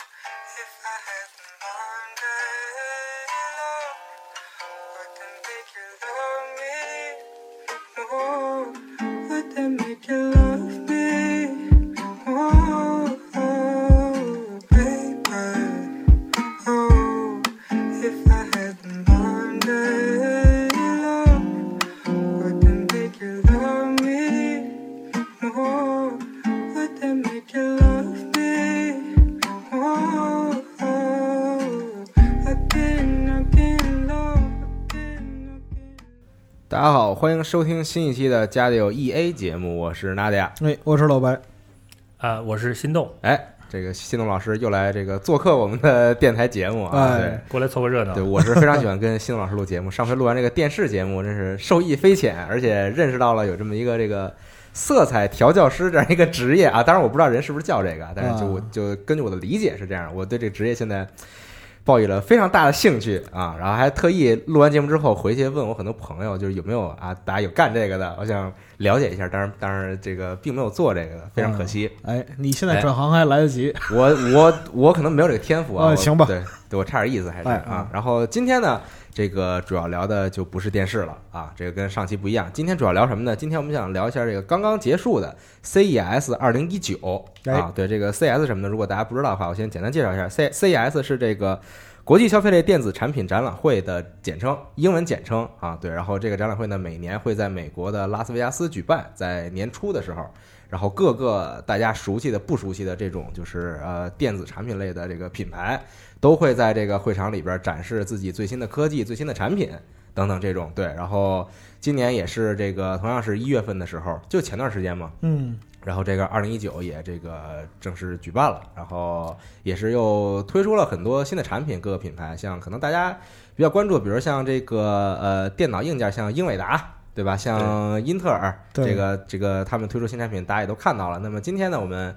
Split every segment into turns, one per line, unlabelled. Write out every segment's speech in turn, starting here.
If I had them longer, love, would that make you love me more? Would that make you love me more, baby? Oh, if I had them longer, love, would that make you love me more? Would Oh, that make you love me? Oh, oh, I've been, I've been low, I've been, I've been.
大家好，欢迎收听新一期的《家里有 E A》节目，我是娜迪亚。
哎，我是老白，
啊，我是心动，
哎，这个新东老师又来这个做客我们的电台节目啊，
哎
过来凑个热
对，
闹
对，。我是非常喜欢跟新东老师录节目。上回录完这个电视节目，真是受益匪浅，而且认识到了有这么一个这个色彩调教师这样一个职业啊。当然，我不知道人是不是叫这个，但是就我
啊
就根据我的理解是这样，我对这个职业现在。抱有了非常大的兴趣啊，然后还特意录完节目之后回去问我很多朋友，就是有没有啊，大家有干这个的，我想了解一下。当然，当然这个并没有做这个的，非常可惜。
哎，你现在转行还来得及，
我我我可能没有这个天赋啊，
呃
我
行吧
对对，我差点意思还是
哎
啊
嗯。
然后今天呢，这个主要聊的就不是电视了啊，这个跟上期不一样。今天主要聊什么呢？今天我们想聊一下这个刚刚结束的 CES E 二零一九啊
哎，
对这个 CES 什么的，如果大家不知道的话，我先简单介绍一下。C CES 是这个。国际消费类电子产品展览会的简称，英文简称啊，对。然后这个展览会呢，每年会在美国的拉斯维加斯举办，在年初的时候。然后各个大家熟悉的、不熟悉的这种，就是呃电子产品类的这个品牌，都会在这个会场里边展示自己最新的科技、最新的产品等等这种。对，然后今年也是这个同样是一月份的时候，就前段时间嘛，
嗯，
然后这个二零一九也这个正式举办了，然后也是又推出了很多新的产品，各个品牌，像可能大家比较关注，比如像这个呃电脑硬件，像英伟达。对吧？像英特尔
对
这个这个他们推出新产品，大家也都看到了。那么今天呢，我们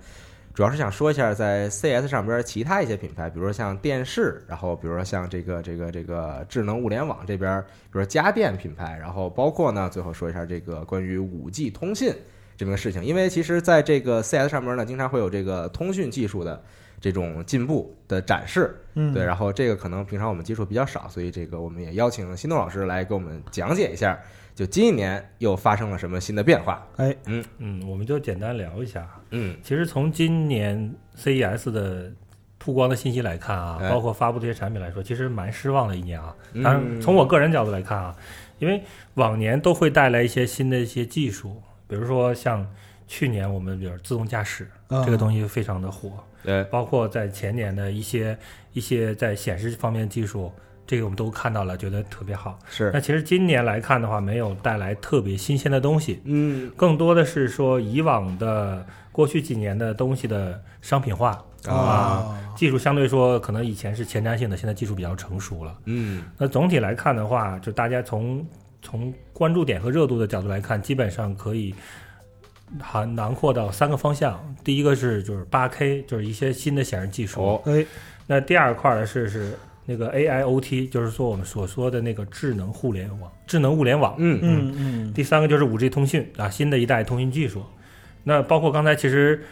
主要是想说一下在 CS 上边其他一些品牌，比如说像电视，然后比如说像这个这个这个智能物联网这边，比如说家电品牌，然后包括呢，最后说一下这个关于五 G 通信这么个事情，因为其实在这个 CS 上面呢，经常会有这个通讯技术的这种进步的展示，
嗯
对，然后这个可能平常我们接触比较少，所以这个我们也邀请新东老师来给我们讲解一下，就今一年又发生了什么新的变化。
哎，
嗯，我们就简单聊一下。
嗯，
其实从今年 CES 的曝光的信息来看啊，
哎
包括发布这些产品来说，其实蛮失望的一年啊。
嗯
当然，从我个人角度来看啊，因为往年都会带来一些新的一些技术，比如说像去年我们比如自动驾驶
啊
嗯
这个东西非常的火，
对，
包括在前年的一些一些在显示方面的技术，这个我们都看到了，觉得特别好。
是
哎
那，其实今年来看的话，没有带来特别新鲜的东西，
嗯，
更多的是说以往的过去几年的东西的商品化
啊，
技术，相对说可能以前是前瞻性的，现在技术比较成熟了。
嗯，
那总体来看的话，就大家从从关注点和热度的角度来看，基本上可以涵囊括到三个方向。第一个是就是八 K，就是一些新的显示技术。
哦，
哎，
那第二块呢是是那个 AIoT，就是说我们所说的那个智能互联网、智能物联网。
嗯嗯，
嗯嗯，
第三个就是五 G 通讯啊，新的一代通讯技术。那包括刚才其实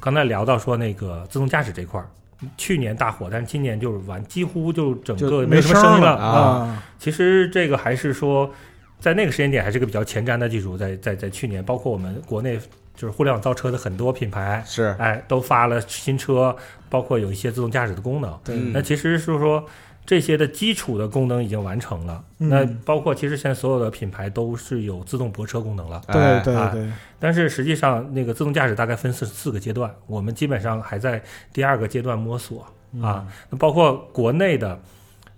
刚才聊到说那个自动驾驶这块儿，去年大火，但是今年就是完几乎就整
就
个没有什么
声
声音
了
了
啊，
其实这个还是说，在那个时间点还是个比较前瞻的技术，在在在去年，包括我们国内就是互联网造车的很多品牌，
是，
哎，都发了新车，包括有一些自动驾驶的功能。
对哎
嗯
那其实是说这些的基础的功能已经完成了，
嗯
那包括其实现在所有的品牌都是有自动泊车功能了，
哎
对对
哎
对，
但是实际上那个自动驾驶大概分四四个阶段，我们基本上还在第二个阶段摸索啊。那包括国内的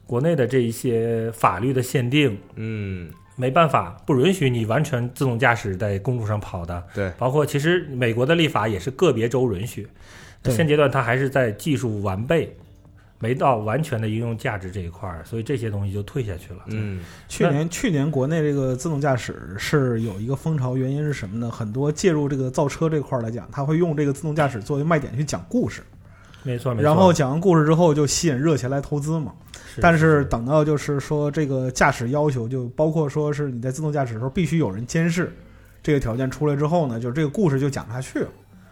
国内的这一些法律的限定，
嗯，
没办法不允许你完全自动驾驶在公路上跑的，
对，
包括其实美国的立法也是个别州允许，
对
现阶段它还是在技术完备，没到完全的应用价值这一块儿，所以这些东西就退下去了。
嗯，
去年去年国内这个自动驾驶是有一个风潮，原因是什么呢？很多介入这个造车这块儿来讲，他会用这个自动驾驶作为卖点去讲故事，
没错，没错。
然后讲完故事之后就吸引热钱来投资嘛。但是等到就是说这个驾驶要求，就包括说是你在自动驾驶的时候必须有人监视，这个条件出来之后呢，就这个故事就讲不下去了。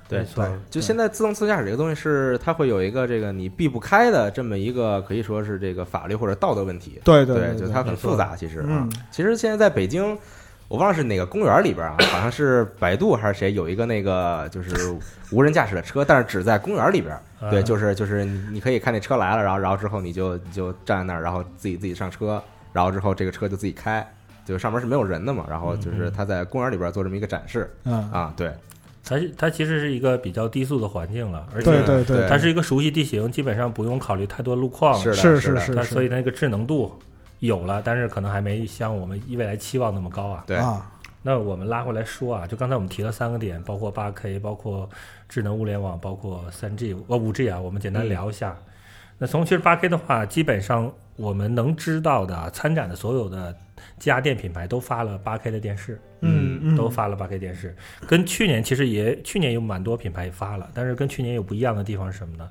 对
没错
对，
就现在自动自驾驶这个东西是它会有一个这个你避不开的这么一个可以说是这个法律或者道德问题，
对
对
对，
就它很
没错
复杂其实啊
嗯，
其实现在在北京。我忘了是哪个公园里边啊，好像是百度还是谁有一个那个就是无人驾驶的车，但是只在公园里边。
啊
对，就是就是你你可以看那车来了，然后然后之后你就你就站在那儿，然后自己自己上车，然后之后这个车就自己开，就上面是没有人的嘛。然后就是他在公园里边做这么一个展示
嗯，
啊，对，
它它其实是一个比较低速的环境了，而
对
且
对
对
对，
它是一个熟悉地形，基本上不用考虑太多路况，
是的，
是
是的
是
它
是
所
啊
以它那个智能度有了，但是可能还没像我们未来期望那么高啊。
对，
啊，
那我们拉回来说啊，就刚才我们提了三个点，包括八 K，包括智能物联网，包括三 G 呃五 G 啊，我们简单
嗯
聊一下。那从其实八 K 的话，基本上我们能知道的啊参展的所有的家电品牌都发了八 K 的电视，
嗯嗯，
都发了八 K 电视。跟去年其实也去年有蛮多品牌也发了，但是跟去年有不一样的地方是什么呢？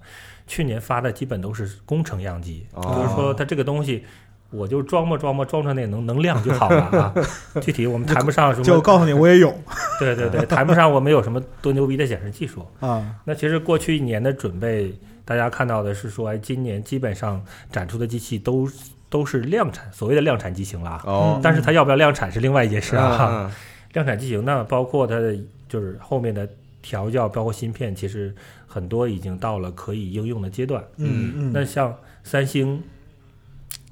去年发的基本都是工程样机，
哦
就是说它这个东西。我就装吧装吧，装成那能能量就好了 啊！具体我们谈不上什么，
就告诉你我也有
对对对，谈不上我们有什么多牛逼的显示技术。
啊，
那其实过去一年的准备，大家看到的是说，哎，今年基本上展出的机器都都是量产，所谓的量产机型了啊。
哦，
但是它要不要量产是另外一件事啊。
嗯，
量产机型那包括它的就是后面的调教，包括芯片，其实很多已经到了可以应用的阶段。
嗯
那
嗯，
像三星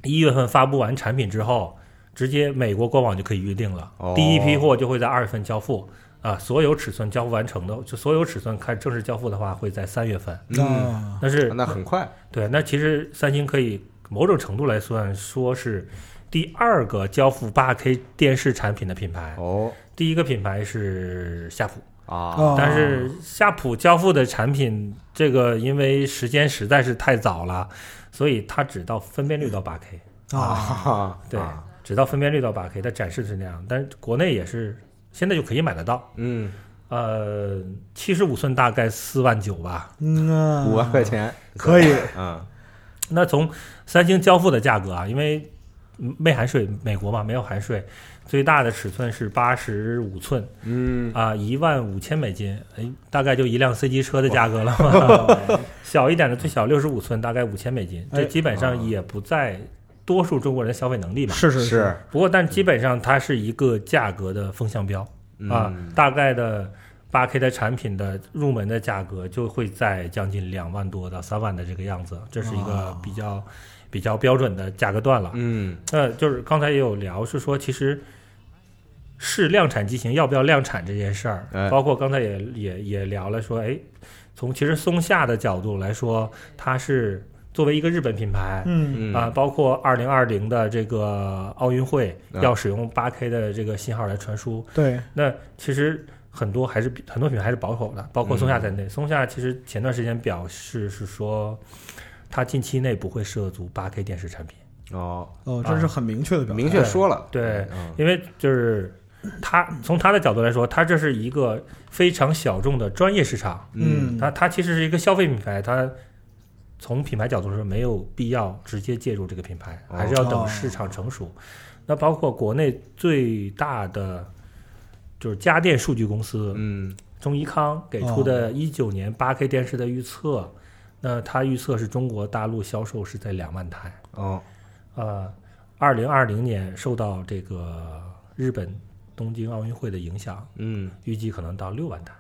一月份发布完产品之后，直接美国官网就可以预定了，
哦
第一批货就会在二月份交付啊，所有尺寸交付完成的，就所有尺寸开正式交付的话会在三月份。
嗯，
啊
但是
那很快，
对，那其实三星可以某种程度来算说是第二个交付八 K 电视产品的品牌，
哦
第一个品牌是夏普。
啊，
但是夏普交付的产品，这个因为时间实在是太早了，所以它只到分辨率到八 K，
啊，
啊，
对，
啊
只到分辨率到八 K，它展示是那样，但是国内也是现在就可以买得到，
嗯，
呃，七十五寸大概四万九吧。
嗯啊，
五万块钱
可以，
嗯，
那从三星交付的价格啊，因为嗯没含税，美国嘛没有含税，最大的尺寸是八十五寸
嗯
啊，一万五千美金，哎，大概就一辆 C 级车的价格了嘛。小一点的最小六十五寸，大概五千美金，
哎
这基本上也不在多数中国人的消费能力吧。
是是
是
不过，但基本上它是一个价格的风向标啊，
嗯
大概的八 K 的产品的入门的价格就会在将近两万多到三万的这个样子，这是一个比较、比较标准的价格段了。
嗯
那就是刚才也有聊，是说其实是量产机型要不要量产这件事儿，
哎
包括刚才也也也聊了说，哎，从其实松下的角度来说，它是作为一个日本品牌。
嗯
嗯
啊，包括二零二零的这个奥运会
啊
要使用八 K 的这个信号来传输，
对，
那其实很多还是比很多品牌还是保守的，包括松下在
嗯
内。松下其实前段时间表示是说，它近期内不会涉足八 K 电视产品。
哦，
哦，这是很明确的表达，
明确说了，
对
嗯
因为就是他从他的角度来说，他这是一个非常小众的专业市场，
嗯，
他他其实是一个消费品牌，他从品牌角度来说没有必要直接介入这个品牌，
哦
还是要等市场成熟。那包括国内最大的就是家电数据公司，
嗯
中怡康给出的一九年八 K 电视的预测，那他预测是中国大陆销售是在两万台。
哦
呃，二零二零年受到这个日本东京奥运会的影响，
嗯，
预计可能到六万台。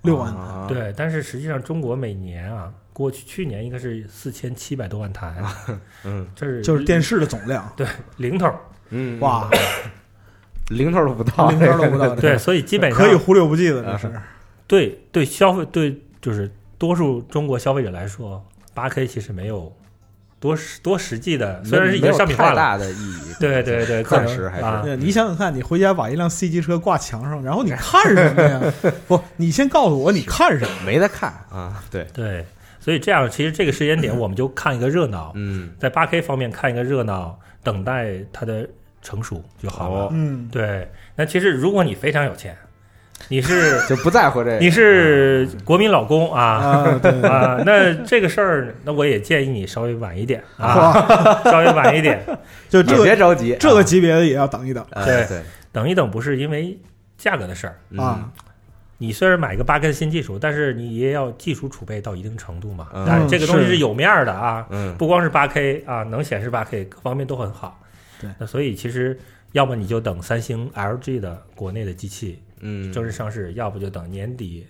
六万台，
啊，
对，但是实际上中国每年啊，过去去年应该是四千七百多万台，
嗯
这是
就是电视的总量，
对零头儿，
嗯，
哇，
零头都不到，
零 头都不到，
对，，所以基本上
可以忽略不计的，这是，
对对消费对就是多数中国消费者来说，八 K 其实没有多实多实际的，虽然是已
没
经
有
商品化
太
了，
大的意义，
对 对对，可
暂
能
时还是
啊
对你想想看，你回家把一辆 C 级车挂墙上，然后你看什么呀？ 不，你先告诉我你看什么？
没得看啊，对，
对，所以这样其实这个时间点我们就看一个热闹，
嗯，
在八 K 方面看一个热闹，等待它的成熟就好了。
哦，
嗯，
对，那其实如果你非常有钱，你是
就不在乎这个，
你是国民老公啊。
啊，对，
啊，那这个事儿，那我也建议你稍微晚一点啊，稍微晚一点，
就
啊也
这
别
个
着急，
这个级别的也要等一等
啊
对
对
等一等，不是因为价格的事儿，
嗯
啊，
你虽然买个八 K 的新技术，但是你也要技术储备到一定程度嘛。
嗯
哎这个东西
是
是有面儿的啊，
嗯
不光是八 K 啊，能显示八 K，各方面都很好。
对
那所以其实要么你就等三星、LG 的国内的机器
嗯，
正式上市，要不就等年底。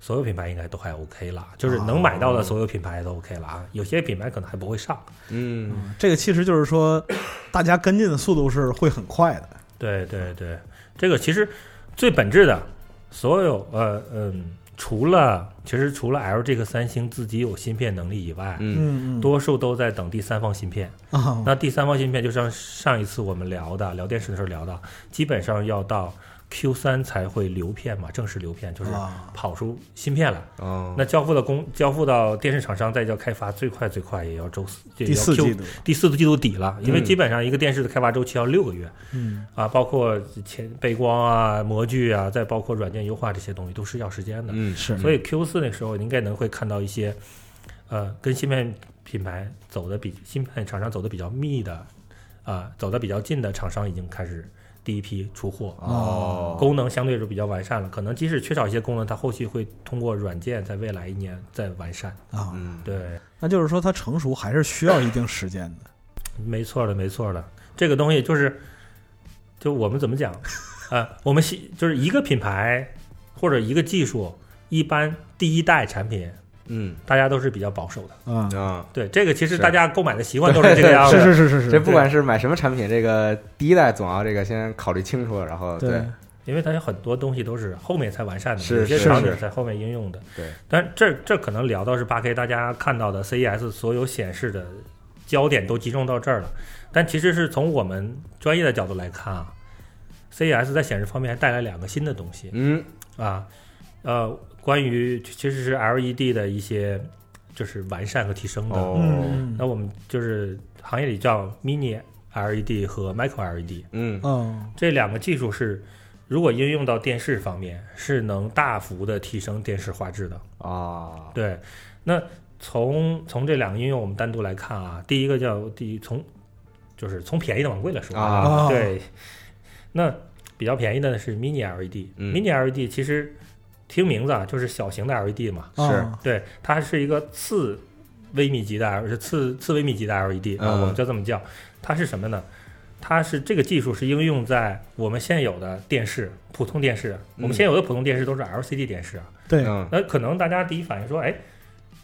所有品牌应该都还 OK 了，
哦
就是能买到的所有品牌都 OK 了啊，有些品牌可能还不会上。
嗯
这个其实就是说，大家跟进的速度是会很快的。
对对对，这个其实最本质的，所有呃嗯，除了其实除了 LG 和三星自己有芯片能力以外，
嗯
嗯嗯，
多数都在等第三方芯片。
啊，
那第三方芯片就像上一次我们聊的聊电视的时候聊的，基本上要到 Q 三才会流片嘛，正式流片就是
啊
跑出芯片来。
哦，
那交付到公交付到电视厂商，再叫开发，最快最快也要周四，也要
第四
Q-
季度，
第四季度底了，因为
嗯
基本上一个电视的开发周期要六个月。
嗯
啊，包括前背光啊、模具啊，再包括软件优化这些东西，都是要时间的。
嗯
是，
所以 Q 四那时候，你应该能会看到一些，呃，跟芯片品牌走的比芯片厂商走的比较密的，啊、走的比较近的厂商已经开始第一批出货。
哦，
功能相对是比较完善了，可能即使缺少一些功能，它后续会通过软件在未来一年再完善。
啊，
嗯
对，
那就是说它成熟还是需要一定时间的。
没错儿的，没错儿的。这个东西就是，就我们怎么讲，呃，我们希就是一个品牌或者一个技术，一般第一代产品
嗯
大家都是比较保守的。
啊，
啊，
嗯对，这个其实
是
大家购买的习惯都是这个样子。
是是是是是，
这不管是买什么产品，这个第一代总要这个先考虑清楚，然后
对，
因为它有很多东西都是后面才完善的，
是
有些
是
场景
是
在后面应用的。
对，
但这这可能聊到是八 K，大家看到的 CES 所有显示的焦点都集中到这儿了。但其实是从我们专业的角度来看啊，CES 在显示方面还带来两个新的东西
嗯
啊，呃，关于其实是 LED 的一些就是完善和提升的。
哦
嗯
那我们就是行业里叫 Mini LED 和 Micro E LED。
嗯
嗯
这两个技术是，如果应用到电视方面，是能大幅的提升电视画质的。
啊，
对，那从从这两个应用我们单独来看啊，第一个叫第一从就是从便宜的往贵了说
哦
啊
对，那比较便宜的是 mini LED，mini、
嗯
LED 其实听名字啊就是小型的 LED 嘛，
啊
是
对，它是一个次微米级的 L，是次次微米级的 LED 啊，
嗯
我们就这么叫。它是什么呢？它是这个技术是应用在我们现有的电视，普通电视。我们现有的普通电视都是 LCD 电视啊。
对，
嗯
那可能大家第一反应说，哎，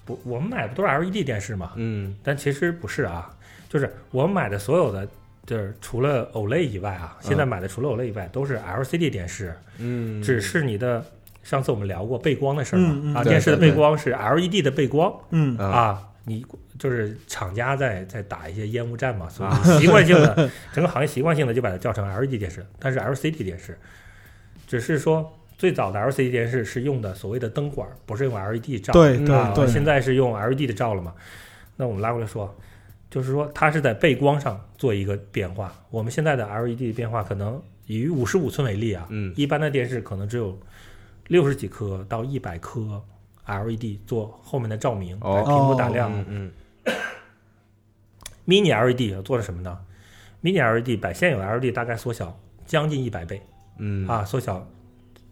不，我们买的都是 LED 电视嘛？
嗯
但其实不是啊，就是我们买的所有的，就是除了 OLED 以外啊，现在买的除了 OLED 以外都是 LCD 电视，
嗯，
只是你的。上次我们聊过背光的事儿嘛，
嗯嗯
啊，
对
电视的
对
背
对
光是 LED 的背光，
嗯
啊
啊，你就是厂家在在打一些烟雾战嘛，所以习惯性的
啊
整个行业习惯性的就把它叫成 LED 电视，但是 LCD 电视只是说最早的 LCD 电视是用的所谓的灯管，不是用 LED 罩，
对
嗯
对
啊，
对，
现在是用 LED 的罩了嘛？那我们拉过来说，就是说它是在背光上做一个变化。我们现在的 LED 的变化可能以五十五寸为例啊，
嗯
一般的电视可能只有六十几颗到一百颗 LED 做后面的照明，
哦
来屏幕打亮。
嗯嗯
Mini LED 做了什么呢？Mini E LED 把现有 LED 大概缩小将近一百倍
嗯
啊，缩小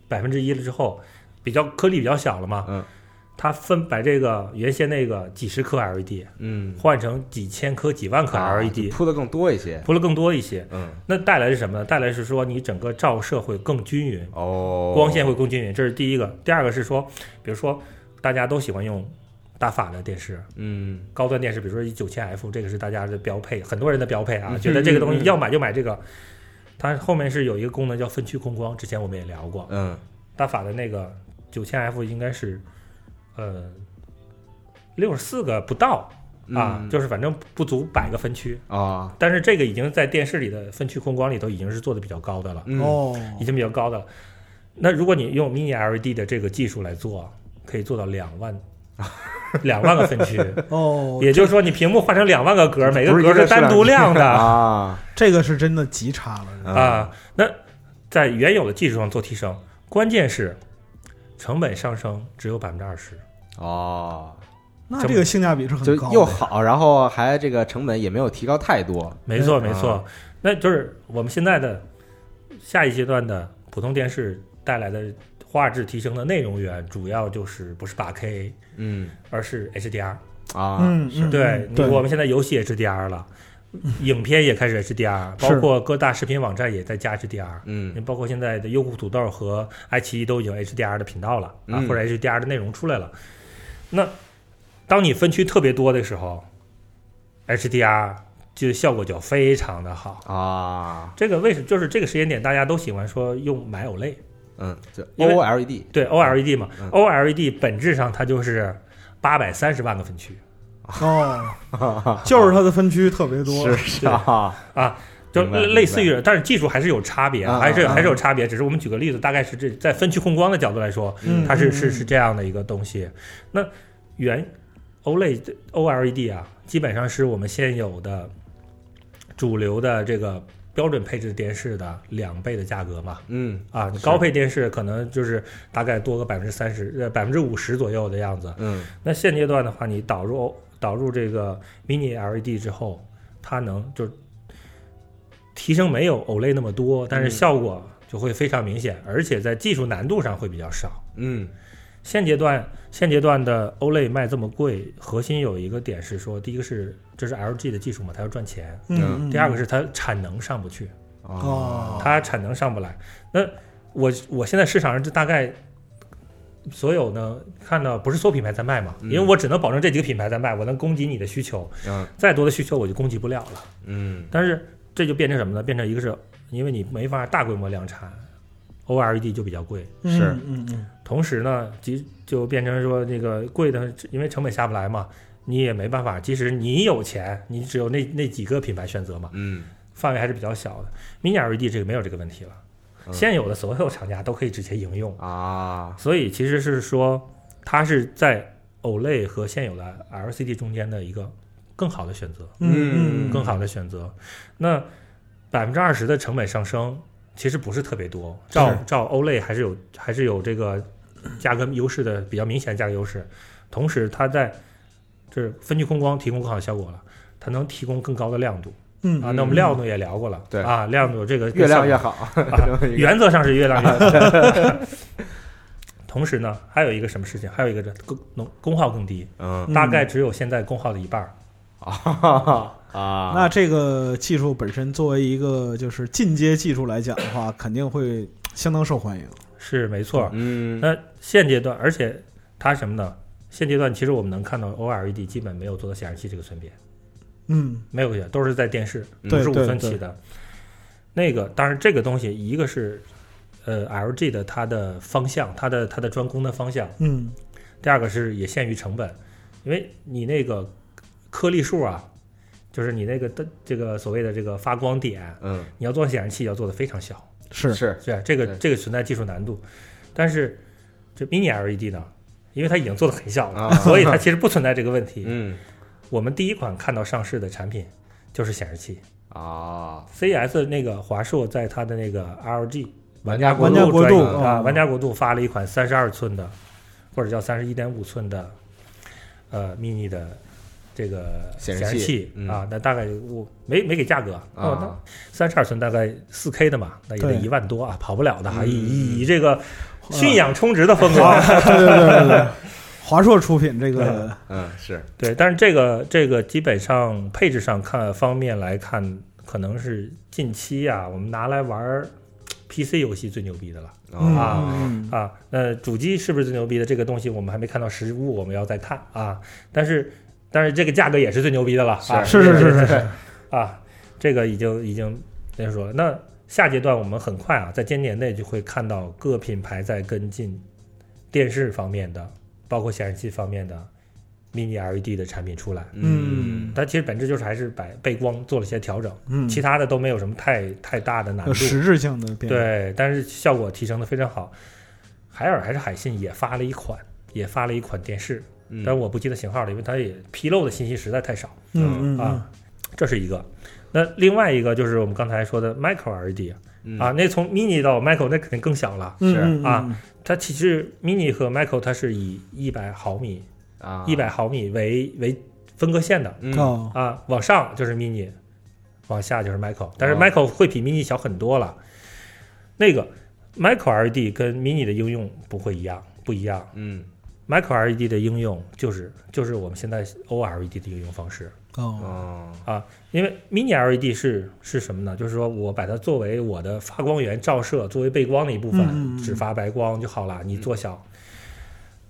百分之一了之后，比较颗粒比较小了嘛，
嗯，
它分把这个原先那个几十颗 LED
嗯
换成几千颗、几万颗
啊
LED，
就铺的更多一些，
铺了更多一些。
嗯
那带来是什么呢？带来是说你整个照射会更均匀，
哦，
光线会更均匀，这是第一个。第二个是说，比如说大家都喜欢用大法的电视，
嗯
高端电视，比如说一九千 F，这个是大家的标配，很多人的标配啊，
嗯
觉得这个
嗯
东西
嗯
要买就买这个。它后面是有一个功能叫分区控光，之前我们也聊过，
嗯
大法的那个九千 F 应该是，呃，六十四个不到啊，
嗯
就是反正不足百个分区，
啊
但是这个已经在电视里的分区控光里头已经是做的比较高的了，
嗯
哦，
已经比较高的了。那如果你用 Mini LED 的这个技术来做，可以做到两万
啊
两万个分区，
哦，
也就是说你屏幕换成两万个格，每个
不是一
格
个
是单独亮的
啊
这个是真的极差了。
嗯
啊。那在原有的技术上做提升，关键是成本上升只有百分之二十。
哦，
那这个性价比是
就
很高的，
又好，然后还这个成本也没有提高太多，
没错，
嗯
没错
啊，
那就是我们现在的下一阶段的普通电视带来的画质提升的内容源，主要就是不是 8K，
嗯
而是 HDR。
啊，
嗯，嗯
对，
嗯
你
对，
我们现在游戏 HDR 了，影片也开始 HDR，包
是
括各大视频网站也在加 HDR。
嗯
包括现在的优酷土豆和爱奇艺都已经 HDR 的频道了啊，
嗯
或者 HDR 的内容出来了。那当你分区特别多的时候，HDR 就效果就非常的好。
啊，
这个为什就是这个时间点，大家都喜欢说用买 OLED，
嗯，这
因为
OLED
对 OLED 嘛、
嗯
o l e d 本质上它就是八百三十万个分区
哦， 就是它的分区特别多，
是是啊，
啊，就
明白
类似
明
于，但是技术还是有差别，
啊
还是
啊
还是有差别。只是我们举个例子，大概是这在分区控光的角度来说，
嗯，
它是是
嗯
是，这样的一个东西。那原 E OLED OLED 啊，基本上是我们现有的主流的这个标准配置电视的两倍的价格嘛。
嗯
啊，
是
高配电视可能就是大概多个百分之三十，呃，百分之五十左右的样子。
嗯
那现阶段的话，你导入导入这个 mini LED 之后，它能就是提升没有 OLED 那么多，但是
嗯
效果就会非常明显，而且在技术难度上会比较少。
嗯
现阶段现阶段的 OLED 卖这么贵，核心有一个点是说，第一个是这是 LG 的技术嘛，它要赚钱；
嗯，嗯
第二个，是它产能上不去，
啊
哦，
它产能上不来。那我我现在市场上就大概所有呢看到不是所有品牌在卖嘛，
嗯
因为我只能保证这几个品牌在卖，我能供给你的需求，
嗯
再多的需求我就供给不了了。
嗯
但是这就变成什么呢？变成一个是因为你没法大规模量产，OLED 就比较贵，
嗯
是
嗯嗯，
同时呢，即就变成说那个贵的，因为成本下不来嘛，你也没办法。即使你有钱，你只有那那几个品牌选择嘛，
嗯
范围还是比较小的。Mini LED 这个没有这个问题了，
嗯
现有的所有厂家都可以直接应用，
啊，
所以其实是说它是在 OLED 和现有的 LCD 中间的一个更好的选择，
嗯
嗯
嗯，
更好的选择。那百分之二十的成本上升，其实不是特别多，照
是
照 OLED 还是有还是有这个价格优势的，比较明显的价格优势。同时，它在这分区控光提供更好的效果了，它能提供更高的亮度
嗯
啊。
嗯
那我们亮度也聊过了，
对
啊，亮度这个
越亮越
好，
好，
啊原则上是越亮越好。 同时呢，还有一个什么事情？还有一个这功能功耗更低，
嗯
大概只有现在功耗的一半儿。
啊啊，
那这个技术本身作为一个就是进阶技术来讲的话，肯定会相当受欢迎。
是没错，
嗯
那现阶段，而且它什么呢？现阶段其实我们能看到 OLED 基本没有做到显示器这个层别，
嗯，
没有都是在电视
嗯
五
对
十五
对
寸
对
起的。那个当然这个东西，一个是呃 LG 的它的方向，它的它的专攻的方向；
嗯，
第二个是也限于成本，因为你那个颗粒数啊，就是你那个的这个所谓的这个发光点，
嗯
你要做显示器要做的非常小。
是
是
是啊这个
对
这个存在技术难度，但是这 mini LED 呢，因为它已经做的很小了，
啊
所以它其实不存在这个问题。
嗯
我们第一款看到上市的产品就是显示器
啊，
，CES 那个华硕在它的那个 RG
玩家
玩家国
专
度
营
嗯
啊，
哦
玩家国度发了一款三十二寸的，或者叫三十一点五寸的，呃，mini 的。这个
显
显
示器
示器
嗯
啊，那大概我没没给价格哦，那
啊，
三十二寸大概四 K 的嘛，那也得
对
一万多啊，跑不了的啊，
嗯
以以以这个驯养充值的风格，
啊，对对对对对，华硕出品这个，
嗯是
对，但是这个这个基本上配置上看方面来看，可能是近期啊，我们拿来玩儿 PC 游戏最牛逼的了
嗯
啊，
嗯
啊。那主机是不是最牛逼的？这个东西我们还没看到实物，我们要再看啊。但是但是这个价格也是最牛逼的了啊，
是是是是是，
啊，这个已经已经先说了。那下阶段我们很快啊，在今年内就会看到各品牌在跟进电视方面的，包括显示器方面的 mini LED 的产品出来。
嗯
它其实本质就是还是把背光做了一些调整，
嗯，呃
其他的都没有什么太太大的难
有
度。
实质性的变化。
对，但是效果提升的非常好。海尔还是海信也发了一款，也发了一款电视，
嗯
但我不记得型号了，因为它也披露的信息实在太少。
嗯嗯嗯
啊，这是一个。那另外一个就是我们刚才说的 micro LED
嗯
啊，，那从 mini 到 micro 那肯定更小了。
嗯
是
嗯嗯
啊它其实 mini 和 micro 它是以一百毫米、
啊
一百毫米为为分割线的
嗯
哦，
啊，往上就是 mini，往下就是 micro，但是
哦
micro 会比 mini 小很多了。那个 Micro LED 跟 Mini 的应用不会一样，不一样。
嗯
Micro LED 的应用就是就是我们现在 OLED 的应用方式，
哦，
哦
因为 Mini LED 是是什么呢？就是说我把它作为我的发光源照射，作为背光的一部分，
嗯嗯嗯嗯
只发白光就好了。你做小、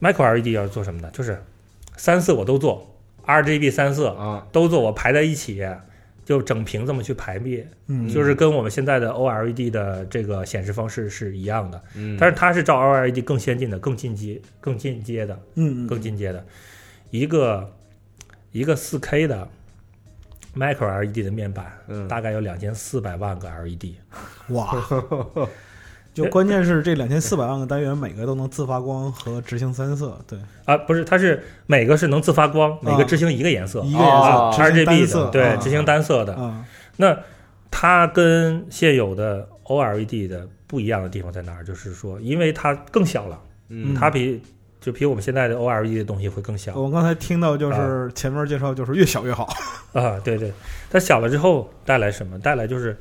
Micro LED 要做什么呢？就是三色我都做，RGB 三色
啊
都做，我排在一起，就整屏这么去排列，
嗯，
就是跟我们现在的 OLED 的这个显示方式是一样的，
嗯，
但是它是照 OLED 更先进的、更进阶、更进阶的、
嗯
更
嗯
进阶的一个一个 4K 的 Micro LED 的面板，
嗯
大概有两千四百万个 E LED，
哇，就关键是这两千四百万个单元，每个都能自发光和执行三色，对，
啊，不是，它是每个是能自发光，每个
啊
执行一个颜色
一个颜
哦
色执行
RGB
单
的，
色，
对，
啊
执行单色的，
啊，
那它跟现有的 OLED 的不一样的地方在哪儿？就是说，因为它更小了，
嗯哦
它比就比我们现在的 OLED 的东西会更小啊、
我刚才听到就是前面介绍就是越小越好，
啊对对，它小了之后带来什么？带来就是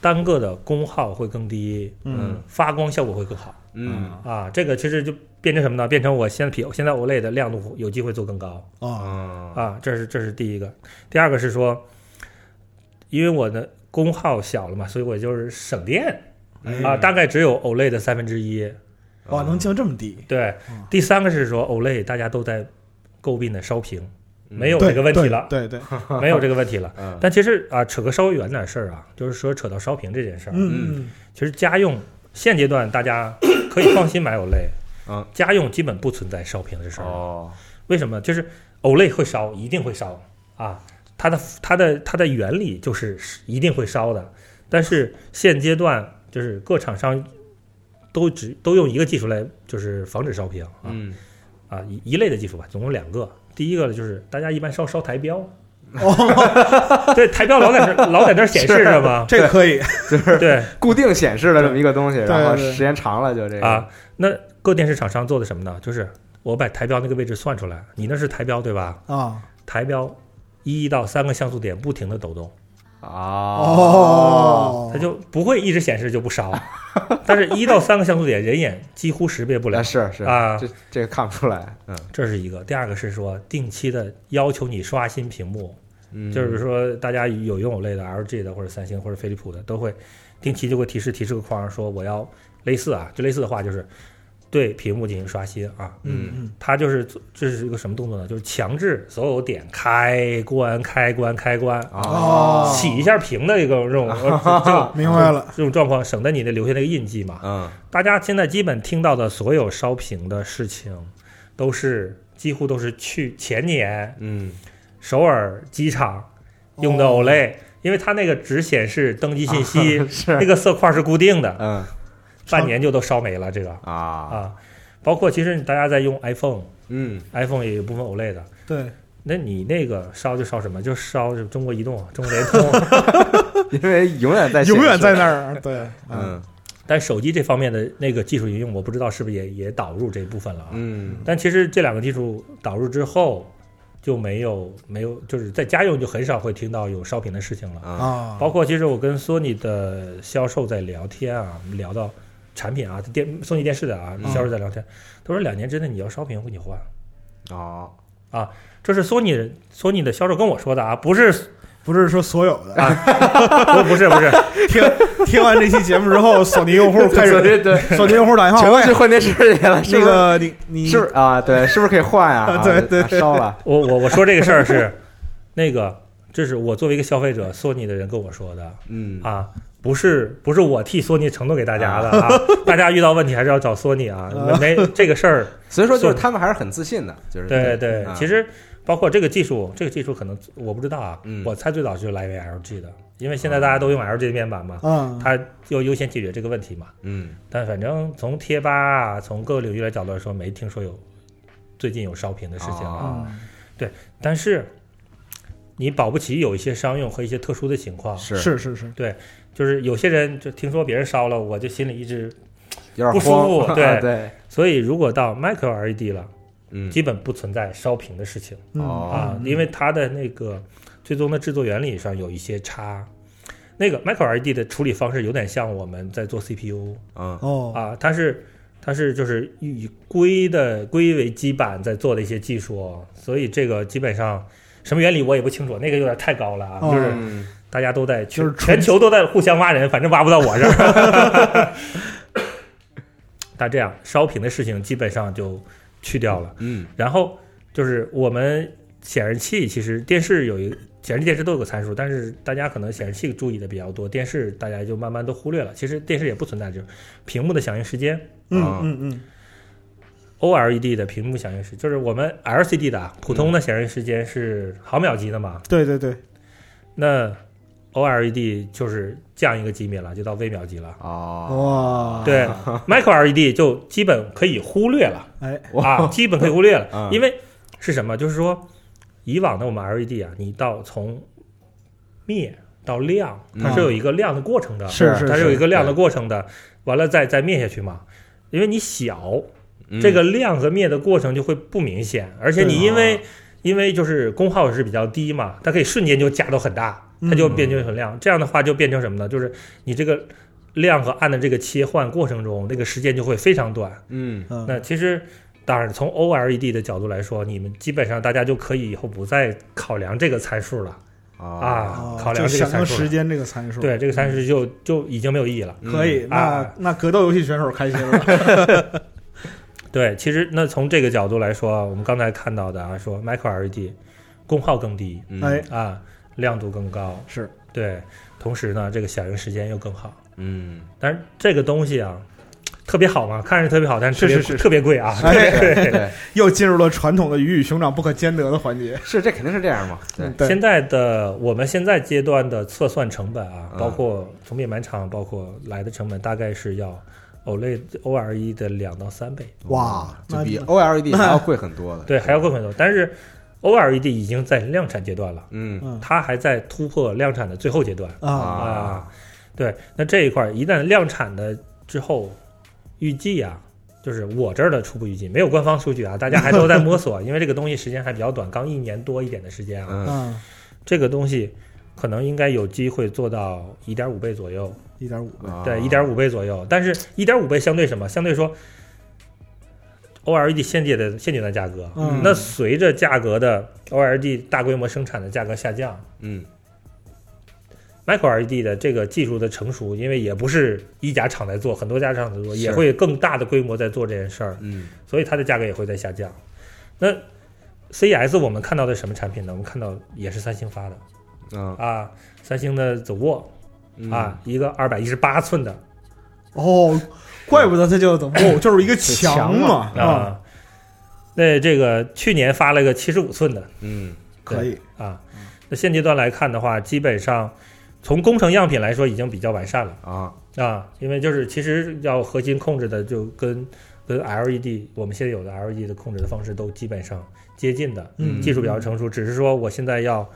单个的功耗会更低，
嗯
发光效果会更好
嗯
啊。这个其实就变成什么呢？变成我现在比现在 OLED 的亮度有机会做更高。
啊，
啊
啊，这是这是第一个。第二个是说，因为我的功耗小了嘛，所以我就是省电、
哎
啊，大概只有 OLED 的三分之一。
嗯
哇，能降这么低，
对，
嗯
第三个是说 OLED 大家都在诟病的烧 屏，没有
对
这个问题了，
对对，对
没有这个问题了。
嗯
但其实啊，扯个稍微远点事儿啊，就是说扯到烧屏这件事儿，
嗯嗯
其实家用现阶段大家可以放心买 OLED，
嗯
啊
家用基本不存在烧屏的事儿。
哦
为什么？就是 OLED 会烧，一定会烧啊！它的它的它的原理就是一定会烧的。但是现阶段就是各厂商都只都用一个技术来，就是防止烧屏啊、
嗯
啊一一类的技术吧，总共两个。第一个呢，就是大家一般烧烧台标， 对台标老在那儿老在那儿显示着嘛，
这可以，
对
固定显示的这么一个东西，
对对
然后
对
时间长了就这个
啊。那各电视厂商做的什么呢？就是我把台标那个位置算出来，你那是台标对吧？
啊，
台标一到三个像素点不停的抖动。
哦，
它啊就不会一直显示就 不烧，但是一到三个像素点人眼几乎识别不
那
了，
是是
啊
这这个看不出来，嗯
这是一个。第二个是说定期的要求你刷新屏幕，
嗯，
就是说大家有用有类的 LG 的或者三星或者飞利浦的都会定期就会提示提示个框说我要类似啊，就类似的话就是对屏幕进行刷新啊。
嗯嗯
它就是做这是一个什么动作呢？就是强制所有点开关开关开关，
哦，
洗一下屏的一个 这种这种
明白了，
这种状况，省得你的留下那个印记嘛。
嗯
大家现在基本听到的所有烧屏的事情，都是几乎都是去前年
嗯
首尔机场用的
哦
OLAY，、因为它那个只显示登记信息，
是
那个色块是固定的，
嗯
半年就都烧没了这个
啊
啊。包括其实大家在用 iPhone，iPhone
嗯
也有部分 OLAY 的，
对，
那你那个烧就烧什么？就烧中国移动、啊中国联通，
因为永远在
永远在
那
那儿，对，
嗯
但手机这方面的那个技术应用，我不知道是不是也也导入这部分了啊。
嗯
但其实这两个技术导入之后，就没有没有，就是在家用就很少会听到有烧屏的事情了。
啊
啊，
包括其实我跟索尼的销售在聊天啊，我们聊到产品啊，电索尼电视的啊，
嗯
销售在聊天，他说两年之内你要烧屏，我给你换。
哦
这是索尼索尼的销售跟我说的啊，不是
不是说所有的，啊
不不是不是，
听听完这期节目之后，索尼用户 开始，
对对，
索尼用户打电话，
全
喂
都，去换电视去了，是不是
那个你你
是不是啊？对，是不是可以换呀？啊
对对对
烧了，
我我我说这个事儿是那个，这是我作为一个消费者，索尼的人跟我说的
嗯
啊。不是不是我替索尼承诺给大家的啊， 大家遇到问题还是要找索尼啊，没没这个事儿
所以说就是他们还是很自信的， 就是
对对，
啊
其实包括这个技术，这个技术可能我不知道啊，
嗯啊
我猜最早就是来源于 LG 的，因为现在大家都用 LG 的面板嘛，
嗯，
它要优先解决这个问题嘛。
嗯
但反正从贴吧啊，从各个领域的角度来说，没听说有最近有烧屏的事情啊。
哦
嗯
但是你保不齐有一些商用和一些特殊的情况，
是
是是是，
就是有些人就听说别人烧了，我就心里一直，
有点
不舒服
慌啊
对
对，
所以如果到 Micro LED 了，
嗯
基本不存在烧屏的事情。啊
嗯
哦
啊，因为它的那个最终的制作原理上有一些差，那个 micro LED 的处理方式有点像我们在做 CPU
嗯
哦，
啊，它是它是就是以硅的硅为基板在做的一些技术哦，所以这个基本上什么原理我也不清楚，那个有点太高了啊，
哦
就是
嗯，
大家都在全
就是纯
全球都在互相挖人，反正挖不到我这儿。那这样烧屏的事情基本上就去掉了。
嗯
然后就是我们显示器，其实电视有一个显示器、电视都有个参数，但是大家可能显示器注意的比较多，电视大家就慢慢都忽略了。其实电视也不存在这种屏幕的响应时间
嗯嗯嗯，
，OLED 的屏幕响应时，就是我们 LCD 的啊，普通的响应时间是毫秒级的嘛，
对对对，
那 OLED 就是降一个级别了，就到微秒级了。
哦，
哇，
对，Micro LED 就基本可以忽略了
哎，
啊，基本可以忽略了
嗯，
因为是什么？就是说，以往的我们 LED 啊，你到从灭到亮，
嗯
它是有一个亮的过程的，
是是
它是有一个亮的
对
过程的，完了再再灭下去嘛。因为你小，
嗯
这个亮和灭的过程就会不明显，而且你因为因为就是功耗是比较低嘛，它可以瞬间就加到很大，它
嗯
就变成很亮。这样的话就变成什么呢？就是你这个亮和暗的这个切换过程中，那个时间就会非常短。
嗯
嗯，
那其实。当然，从 OLED 的角度来说，你们基本上大家就可以以后不再考量这个参数了
啊，
啊
哦，
考量
就
这个
响应
参数
时
了。
间这个参数，，
对，这个参数就就已经没有意义了。
可以，
嗯
那
啊
那格斗游戏选手开心了，
对，其实那从这个角度来说，我们刚才看到的啊，说 Micro LED 功耗更低
嗯，
哎，
啊，亮度更高，
是
对，同时呢，这个响应时间又更好。
嗯，
但是这个东西啊，特别好嘛，看着特别好，但是特别
是是是
特别贵啊。
哎
对对
对，
又进入了传统的鱼与熊掌不可兼得的环节，
是这肯定是这样嘛，对，
对
现在的我们现在阶段的测算成本啊，
嗯
包括从面板厂包括来的成本，大概是要 OLED OLE E 的两到三倍，
哇
就
那
比 OLED 还要贵很多了，
对，还要更很多。但是 OLED 已经在量产阶段了，
嗯
嗯
它还在突破量产的最后阶段。
啊，
啊，对，那这一块儿一旦量产的之后，预计啊，就是我这儿的初步预计，没有官方数据啊，大家还都在摸索，因 为这个东西时间还比较短，刚一年多一点的时间啊，
嗯
嗯，
这个东西可能应该有机会做到一点五倍左右，
一点五倍，
啊
对，一点五倍左右，但是一点五倍相对什么？相对说。OLED 现阶的现阶段价格，
嗯
那随着价格的 OLED 大规模生产的价格下降，
嗯
Micro LED 的这个技术的成熟，因为也不是一家厂在做，很多家厂在做，
是
也会更大的规模在做这件事儿，
嗯
所以它的价格也会在下降。那 CES 我们看到的什么产品呢？我们看到也是三星发的
嗯
啊，三星的 The Wall
嗯
啊，一个二百一十八寸的
哦，怪不得它叫怎么，哦就是一个墙嘛，啊，
啊，那这个去年发了个七十五寸的
嗯
可以，
啊，那现阶段来看的话，基本上从工程样品来说已经比较完善了。
啊
啊，因为就是其实要核心控制的就跟跟 LED 我们现在有的 LED 的控制的方式都基本上接近的，
嗯
技术比较成熟，只是说我现在要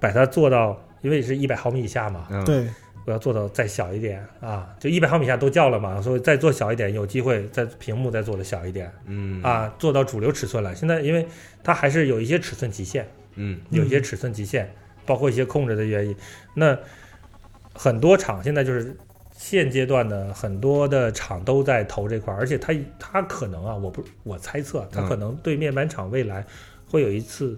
把它做到，因为是一百毫米以下嘛，
嗯
啊对，
我要做到再小一点啊，就一百毫米以下都叫了嘛，所以再做小一点，有机会在屏幕再做的小一点
嗯
啊，做到主流尺寸了。现在因为它还是有一些尺寸极限，
嗯
有一些尺寸极限，包括一些控制的原因。那很多厂现在就是现阶段呢，很多的厂都在投这块儿，而且它它可能啊，我不我猜测，啊它
嗯
可能对面板厂未来会有一次。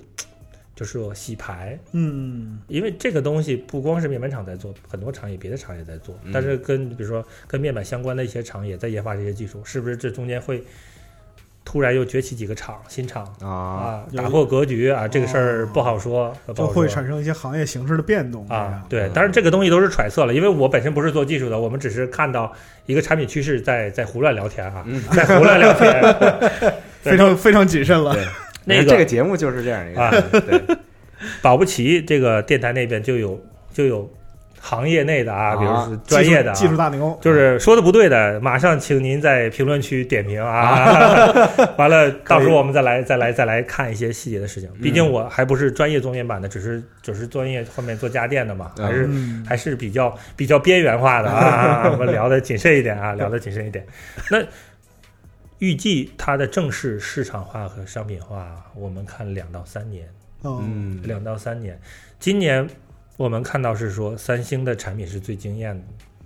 就是说洗牌，
嗯，
因为这个东西不光是面板厂在做，很多厂也别的厂也在做
嗯，
但是跟比如说跟面板相关的一些厂也在研发这些技术，是不是这中间会突然又崛起几个厂新厂
啊
啊，
有
打
一
破格局啊，这个事儿
哦
不好说，不
就
好
会
说
产生一些行业形式的变动
啊，
这
对
嗯，
当然这个东西都是揣测了，因为我本身不是做技术的，我们只是看到一个产品趋势在在胡乱聊天啊，
嗯，
在胡乱聊天。
样非常非常谨慎了，
对，
那
这个
个
节目就是这样一
啊
个， 对，嗯
保不齐这个电台那边就有就有行业内的啊，
啊
比如是 专业的啊
技术技术大牛，
就是说的不对的，马上请您在评论区点评啊！完了，到时候我们再来、再来、再来看一些细节的事情。毕竟我还不是专业做面板的，只是只是专业后面做家电的嘛，
嗯
还是、
嗯
还是比较比较边缘化 的啊。我们聊的谨慎一点啊，聊的谨慎一点。那预计它的正式市场化和商品化，我们看两到三年，
哦，
嗯
两到三年。今年我们看到是说三星的产品是最惊艳的，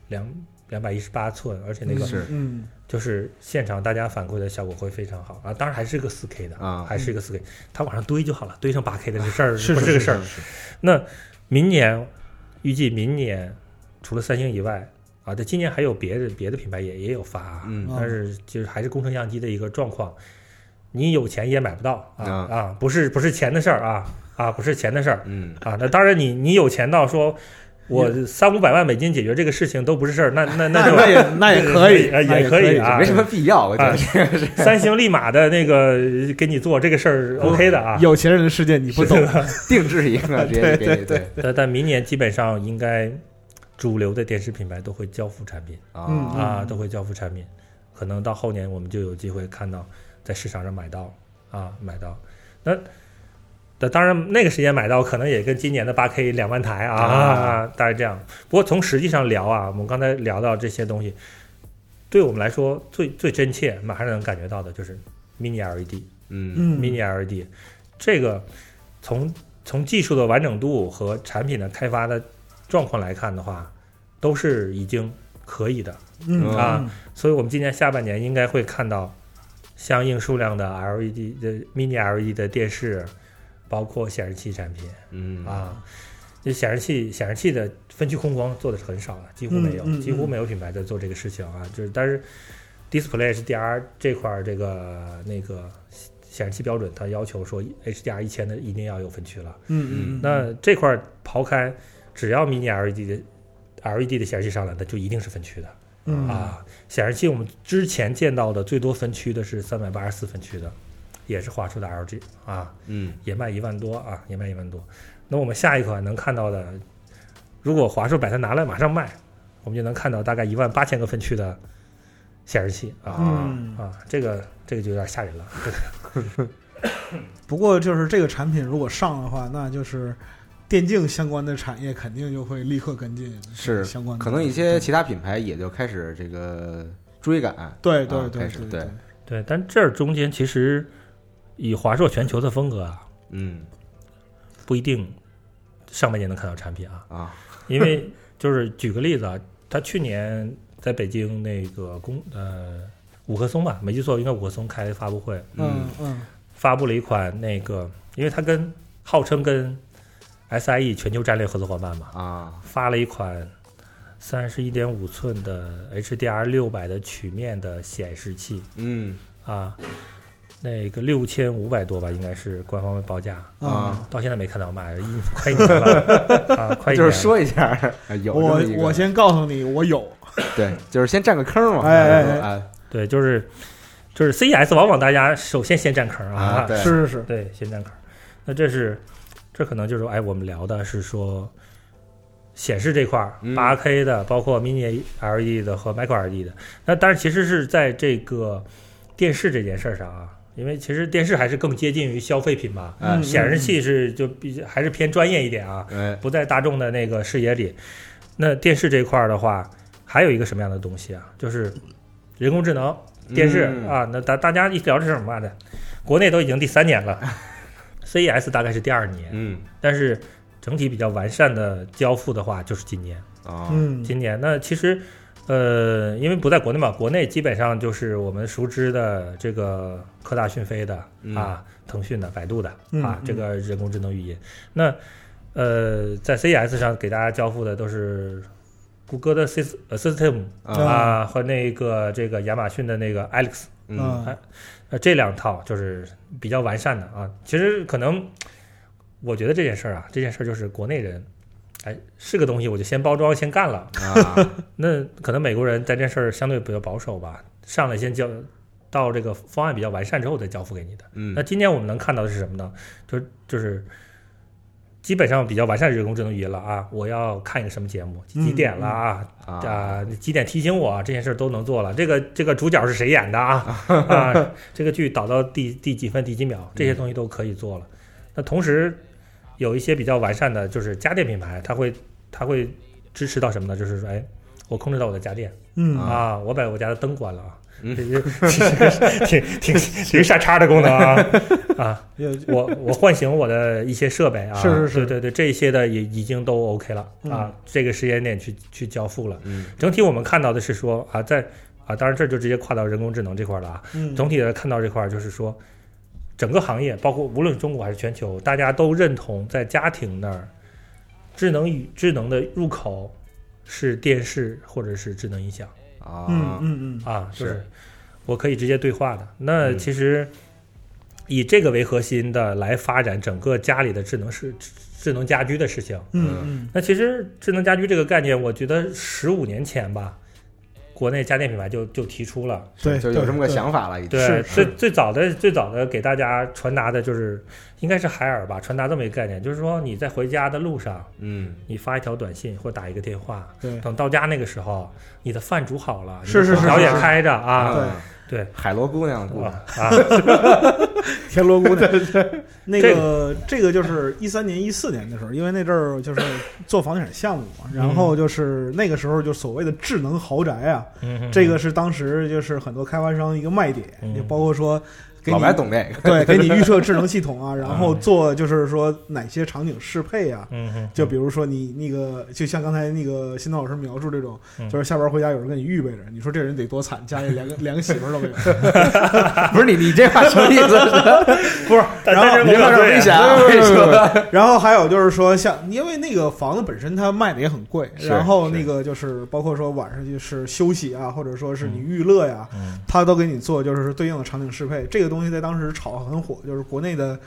两两百一十八寸，而且那个
是
嗯
就是现场大家反馈的效果会非常好啊。当然还是个四 K 的
啊
还是个四 K，它往上堆就好了，堆上八 K 的这事儿
是
不
是
个
是
事儿。那明年预计明年除了三星以外啊，在今年还有别的别的品牌也也有发啊，
嗯
但是就是还是工程样机的一个状况，你有钱也买不到啊
啊
啊，不是不是钱的事儿啊啊，不是钱的事儿
嗯
啊。那当然你你有钱到说。我三五百万美金解决这个事情都不是事儿，那那那就
那也那 也可以
啊，
那
也
也可以
啊，
没什么必要，我觉得
啊
这个是
三星立马的那个给你做这个事儿 OK 的啊。
有钱人的世界你不 懂，
定制一个，直接就给你对
但但明年基本上应该主流的电视品牌都会交付产品
啊
嗯
啊，都会交付产品，可能到后年我们就有机会看到在市场上买到啊，买到那。那当然，那个时间买到可能也跟今年的八 K 两万台啊，
啊
大概这样。不过从实际上聊啊，我们刚才聊到这些东西，对我们来说最最真切，马上能感觉到的就是 Mini LED。
嗯
嗯，
Mini LED，这个从从技术的完整度和产品的开发的状况来看的话，都是已经可以的。
嗯
啊，所以我们今年下半年应该会看到相应数量的 LED 的 Mini LED 的电视，包括显示器产品
嗯
啊。这显示器显示器的分区控光做的是很少了，几乎没有，
嗯嗯
几乎
嗯
没有品牌在做这个事情啊。就是但是 Display HDR 这块儿这个那个显示器标准，它要求说 HDR 一千的一定要有分区了。
嗯嗯，
那这块儿刨开，只要 Mini LED 的 LED 的显示器上来，它就一定是分区的。
嗯
啊，显示器我们之前见到的最多分区的是三百八十四分区的，也是华硕的 LG 啊，
嗯
也卖一万多啊，也卖一万多。那我们下一款能看到的，如果华硕把它拿来马上卖，我们就能看到大概一万八千个分区的显示器啊
啊
嗯，
啊，这个这个就有点吓人了。
不过就是这个产品如果上的话，那就是电竞相关的产业肯定就会立刻跟进，
是
相关的，
可能一些其他品牌也就开始这个追赶，
对
啊
对
开
对
始
对
对
对，
对，但这中间其实以华硕全球的风格啊，
嗯
不一定上半年能看到产品啊。
啊
因为就是举个例子啊，他去年在北京那个公呃五棵松吧，没记错应该五棵松开发布会，
嗯嗯
发布了一款那个，因为他跟号称跟 SIE 全球战略合作伙伴嘛，
啊
发了一款三十一点五寸的 HDR 六百的曲面的显示器
嗯
啊，那个六千五百多吧，应该是官方报价。
嗯
啊，
到现在没看到卖，一快一年了啊，快一
就
年了
是说一 下啊有
我
这么一
我
个
先告诉你，我有，
对，就是先占个坑嘛，
哎哎哎
啊
对，就是就是 CES 往往大家首先先占坑
啊对
是是是，
对，先占坑。那这是这可能就是哎，我们聊的是说显示这块儿
嗯
八 K 的，包括 Mini LED 的和 Micro LED 的。那当然其实是在这个电视这件事儿上啊，因为其实电视还是更接近于消费品嘛，
嗯
嗯
显示器是就比还是偏专业一点啊。
哎
不在大众的那个视野里。那电视这块儿的话，还有一个什么样的东西啊？就是人工智能电视、
嗯
啊。那大大家一聊这事儿，妈的，国内都已经第三年了，CES 大概是第二年，
嗯
但是整体比较完善的交付的话，就是今年。
啊
嗯
今年那其实，呃，因为不在国内嘛，国内基本上就是我们熟知的这个科大讯飞的、
嗯
啊，腾讯的、百度的、
嗯
啊，
嗯
这个人工智能语音。那呃，在 CES 上给大家交付的都是谷歌的 Sys- 呃 System
啊
啊和那个这个亚马逊的那个 Alex，
嗯
啊
呃，这两套就是比较完善的啊。其实可能我觉得这件事儿啊，这件事儿就是国内人。哎，是个东西，我就先包装，先干了。
啊
那可能美国人在这事儿相对比较保守吧，上来先交到这个方案比较完善之后再交付给你的。
嗯
那今年我们能看到的是什么呢？就就是基本上比较完善的人工智能语音了啊！我要看一个什么节目，几点了啊？
啊
啊，几点提醒我啊这件事儿都能做了。这个这个主角是谁演 的啊？啊，这个剧导到第第几分第
嗯
几秒，这些东西都可以做了。那同时有一些比较完善的，就是家电品牌，它会它会支持到什么呢？就是说，哎，我控制到我的家电
嗯
啊
啊，我把我家的灯关了啊，
嗯
这这挺挺挺傻叉的功 能啊啊！
也
我我唤醒我的一些设备啊，
是是是
对对对，这些的也已经都 OK 了、
嗯
啊，这个时间点去去交付了。
嗯
整体我们看到的是说啊，在啊，当然这就直接跨到人工智能这块了啊。
嗯
总体的看到这块儿就是说，整个行业包括无论中国还是全球，大家都认同在家庭那儿，智能与智能的入口是电视或者是智能音响。
啊，
嗯嗯嗯
啊，就是是我可以直接对话的。那
嗯
其实以这个为核心的来发展整个家里的智能是智能家居的事情。
嗯嗯
那其实智能家居这个概念，我觉得十五年前吧，国内家电品牌就就提出了。
对，
就有
对
这么个
对
想法了，已经
对，
是
最最早的最早的给大家传达的就是，应该是海尔吧，传达这么一个概念，就是说你在回家的路上，
嗯
你发一条短信或打一个电话，
对
等到家那个时候，你的饭煮好了，你
是是
的
是
表
是
也
是
开着啊，
对，
对，
海螺姑娘的故事，
啊啊，
田螺姑娘，那个这个就是一三年一四年的时候，因为那阵儿就是做房地产项目嘛，然
嗯
后就是那个时候就所谓的智能豪宅啊，
嗯
这个是当时就是很多开发商一个卖点，
嗯
就包括说给
老
你
白懂嗯这个，
对给你预设智能系统啊，然后做就是说哪些场景适配啊。
嗯哼，
就比如说你那个，就像刚才那个新东老师描述这种，
嗯
就是下班回家有人给你预备着，你说这人得多惨，家里连个连个媳妇儿都没 有。
不是你你这话什么意思？
不是，但
然后
但是
你这
我
话有点
对
危
啊
险啊！我跟你说，
然后还有就是说像，因为那个房子本身它卖的也很贵，
是
然
嗯
后
是
那个就是包括说晚上就是休息啊，或者说是你娱乐呀、
嗯
它都给你做就是对应的场景适配。这个东西在当时炒得很火，就是国内的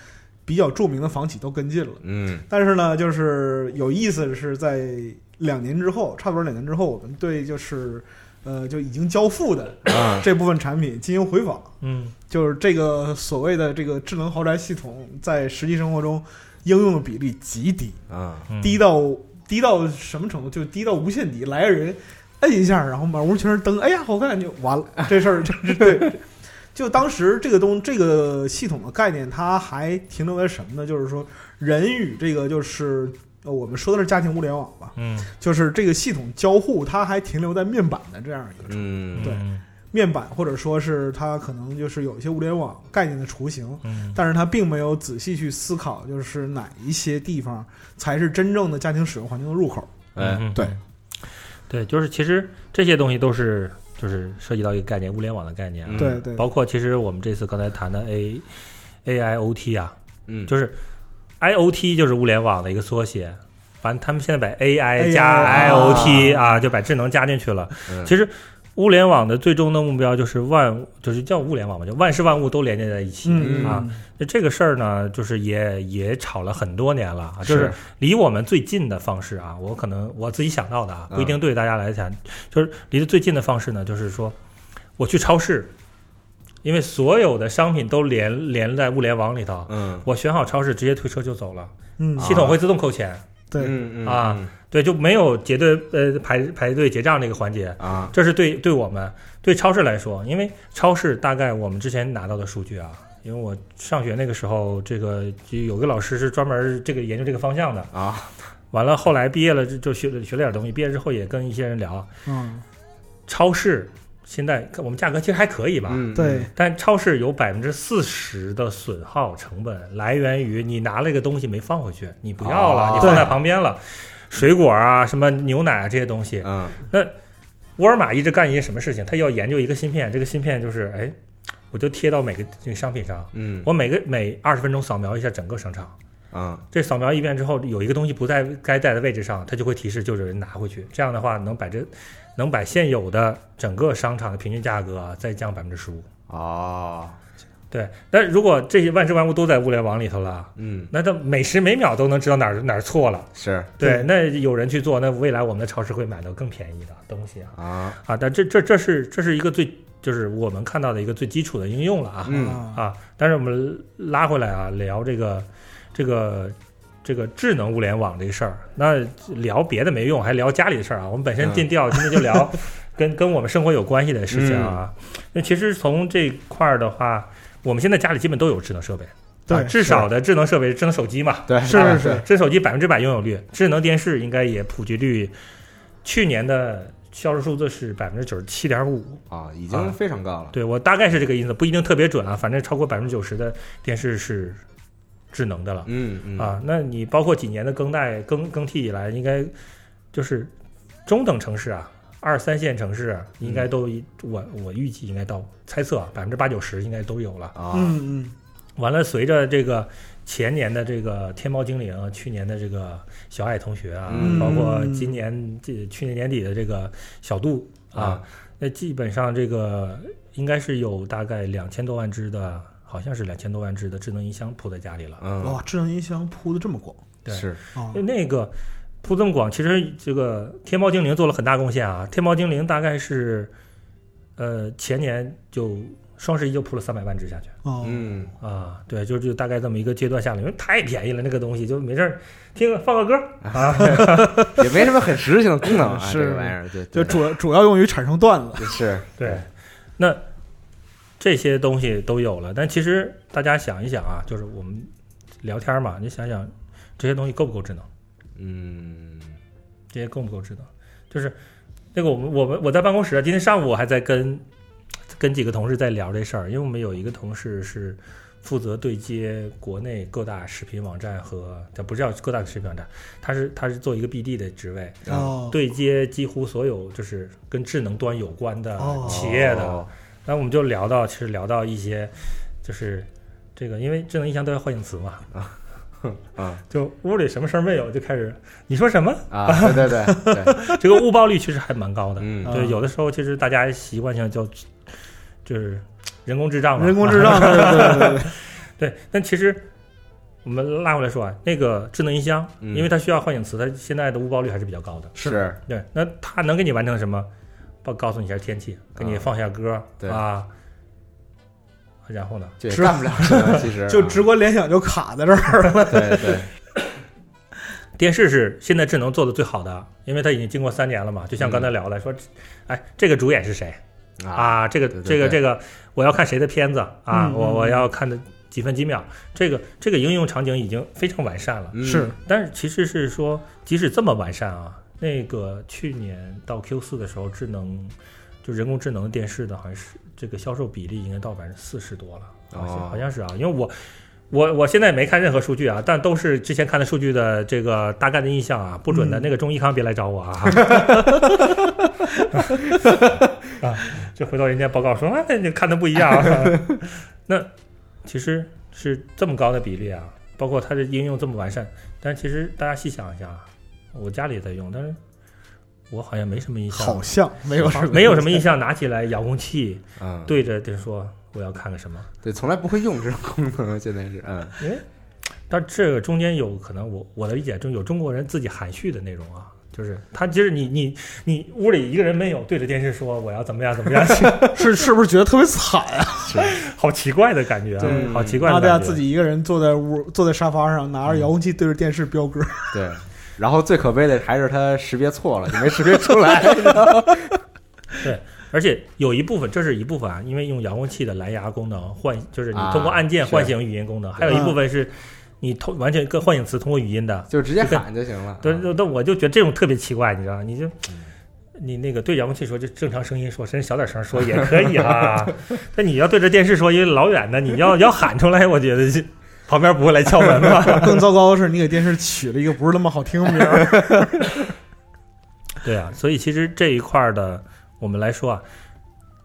比较著名的房企都跟进了。
嗯
但是呢，就是有意思的是在两年之后，差不多两年之后，我们对就是呃就已经交付的
啊，
这部分产品进行回访。
嗯
就是这个所谓的这个智能豪宅系统，在实际生活中应用的比例极低，
啊，
嗯
低到低到什么程度？就低到无限低。来个人摁一下，然后满屋全是灯，哎呀，好看就完了，这 事儿这这对。就当时这个东这个系统的概念，它还停留在什么呢？就是说人与这个就是呃我们说的是家庭物联网吧，
嗯
就是这个系统交互，它还停留在面板的这样一个
嗯
对面板，或者说是它可能就是有一些物联网概念的雏形。
嗯
但是他并没有仔细去思考，就是哪一些地方才是真正的家庭使用环境的入口。
哎，
嗯
对
对，就是其实这些东西都是就是涉及到一个概念，物联网的概念啊，
嗯
对对，
包括其实我们这次刚才谈的 A A I O T 啊，
嗯，
就是 I O T 就是物联网的一个缩写。反正他们现在把 AI
AI
加
啊
I O T 啊，就把智能加进去了。
嗯
其实，物联网的最终的目标就是万，就是叫物联网嘛，就万事万物都连接在一起。
嗯
啊，那这个事儿呢，就是也也吵了很多年了啊，就是
是
离我们最近的方式啊，我可能我自己想到的啊，不一
嗯
定对大家来讲，就是离得最近的方式呢，就是说我去超市，因为所有的商品都连连在物联网里头，
嗯
我选好超市，直接推车就走了，
嗯，
啊
系统会自动扣钱，
对，
嗯嗯
啊
嗯
对，就没有结对呃排排队结账这个环节，
啊，
这是对对我们对超市来说，因为超市大概我们之前拿到的数据啊，因为我上学那个时候，这个就有个老师是专门这个研究这个方向的
啊。
完了，后来毕业了就就学学了点东西，毕业之后也跟一些人聊
嗯，
超市。现在我们价格其实还可以吧，
嗯
对，
但超市有百分之四十的损耗成本来源于你拿了一个东西没放回去，你不要了，
哦
你放在旁边了，水果啊、什么牛奶啊这些东西，
嗯
沃尔玛一直干一些什么事情？它要研究一个芯片，这个芯片就是，哎，我就贴到每个这个商品上，
嗯
我每个每二十分钟扫描一下整个商场。
啊
这扫描一遍之后，有一个东西不在该在的位置上，它就会提示，就有人拿回去。这样的话，能把这能把现有的整个商场的平均价格啊再降百分之十五。
哦
对，但如果这些万事万物都在物联网里头了，
嗯
那它每时每秒都能知道哪儿哪儿错了。
是
对，那有人去做，那未来我们的超市会买到更便宜的东西啊。
啊
啊，但这这这是这是一个最就是我们看到的一个最基础的应用了啊、
嗯
啊，
啊！但是我们拉回来啊，聊这个这个这个智能物联网这个事儿，那聊别的没用，还聊家里的事儿啊。我们本身
嗯
定调，今天就聊 跟跟我们生活有关系的事情啊。
嗯
那、其实从这块儿的话，我们现在家里基本都有智能设备，啊
对，
至少的智能设备，智能手机嘛，
啊对
是是是，
智能手机百分之百拥有率，智能电视应该也普及率，去年的销售数字是百分之九十七点五。
啊，已经非常高了。
对我大概是这个意思，不一定特别准啊，反正超过百分之九十的电视是智能的了、
嗯嗯
啊。那你包括几年的更代更更替以来，应该就是中等城市啊，二三线城市啊应该都、我我预计应该到猜测啊百分之八九十应该都有了。
啊，
嗯嗯，
完了，随着这个前年的这个天猫精灵啊，去年的这个小爱同学啊，
嗯
包括今年这去年年底的这个小度啊
啊，
那基本上这个应该是有大概两千多万只的，好像是两千多万只的智能音箱铺在家里了。
嗯，
哇，智能音箱铺的这么广
对
是
啊
就，那个铺这么广，其实这个天猫精灵做了很大贡献啊。天猫精灵大概是呃前年就双十一就铺了三百万只下去。
哦，
嗯
啊，对，就就大概这么一个阶段下来，因为太便宜了，那个东西就没事儿听个放个歌儿啊，
也没什么很实质性的功能啊，
是
这个玩意儿，对，对
就主要主要用于产生段子。
是
对，那这些东西都有了，但其实大家想一想啊，就是我们聊天嘛，你想想这些东西够不够智能？
嗯
这些够不够智能？就是那个我们我们我在办公室啊，今天上午我还在跟跟几个同事在聊这事儿，因为我们有一个同事是负责对接国内各大视频网站和，他不是叫各大视频网站，他是他是做一个 BD 的职位，
嗯
哦，
对接几乎所有就是跟智能端有关的
哦
企业的。
哦
那、我们就聊到，其实聊到一些就是这个，因为智能音箱都要唤醒词嘛，
啊
就屋里什么事儿没有就开始你说什么，
啊，对对对对，
这个误报率其实还蛮高的。
嗯
啊
对，有的时候其实大家习惯性叫就是人工智障嘛，
人工智障，对对对对对，
对，但其实我们拉回来说啊，那个智能音箱，
嗯
因为它需要唤醒词，它现在的误报率还是比较高的。
是
对，那它能给你完成什么？报告诉你一下天气，给你
啊
放下歌儿、
对
啊。然后呢？
这也
是
干不了什么，其实
就
啊
直观联想就卡在这儿了。
对对
电视是现在智能做的最好的，因为它已经经过三年了嘛。就像刚才聊的，说，哎，这个主演是谁
嗯啊，
啊？这个
对对
这个
对
这个，我要看谁的片子啊？
嗯
我
嗯
我
嗯
要看的几分几秒，这个这个应用场景已经非常完善了。
嗯
是
但是其实是说，即使这么完善啊，那个去年到 Q 四的时候，智能就人工智能电视的，好像是这个销售比例应该到百分之四十多了，好像、
哦
好像是啊，因为我。我我现在没看任何数据啊，但都是之前看的数据的这个大概的印象啊，不准
嗯
的、那个中医康别来找我啊，啊，就回头人家报告说，哎，你看的不一样、啊， 那其实是这么高的比例啊，包括它的应用这么完善，但其实大家细想一下，啊，我家里也在用，但是我好像没什么印象，
好像没有什么，
没有什么印象。拿起来遥控器
嗯对
对着电视说我要看个什么，
对，从来不会用这种功能，现在是嗯
因为但这个中间有可能我我的理解中有中国人自己含蓄的内容啊。就是他，即使你你你屋里一个人没有，对着电视说我要怎么样 怎么样，
是是不是觉得特别惨啊？
好奇怪的感觉
对
啊，好奇怪
然
的
后大
感觉。
家自己一个人坐在屋坐在沙发上，拿着遥控器对着电视飙歌。
对。然后最可悲的还是它识别错了，就没识别出来。
而且有一部分，这是一部分啊，因为用遥控器的蓝牙功能唤，就是你
啊
通过按键
是
唤醒语音功能，还有一部分是你通完全跟唤醒词通过语音的。
就直接喊就行了。
对
啊，嗯
对对，我就觉得这种特别奇怪，你知道吗？你就你那个对遥控器说，就正常声音说，甚至小点声说也可以 啊。但你要对着电视说，因为老远的，你要要喊出来，我觉得是旁边不会来敲门吧？
更糟糕的是，你给电视取了一个不是那么好听的名儿。
对啊，所以其实这一块儿的我们来说啊，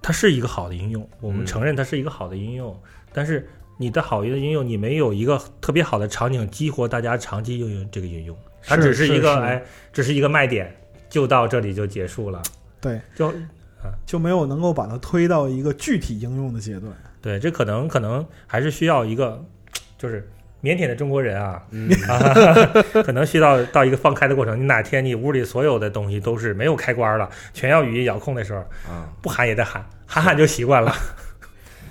它是一个好的应用，我们
嗯
承认它是一个好的应用，但是你的好的应用，你没有一个特别好的场景激活大家长期应用这个应用，它
是
只是一个
是是
哎，只是一个卖点，就到这里就结束了。
对，
就
就没有能够把它推到一个具体应用的阶段。
对，这可能可能还是需要一个，就是腼腆的中国人啊，
嗯
啊，可能需要到一个放开的过程。你哪天你屋里所有的东西都是没有开关了，全要语音遥控的时候，
啊
不喊也得喊，喊喊就习惯了。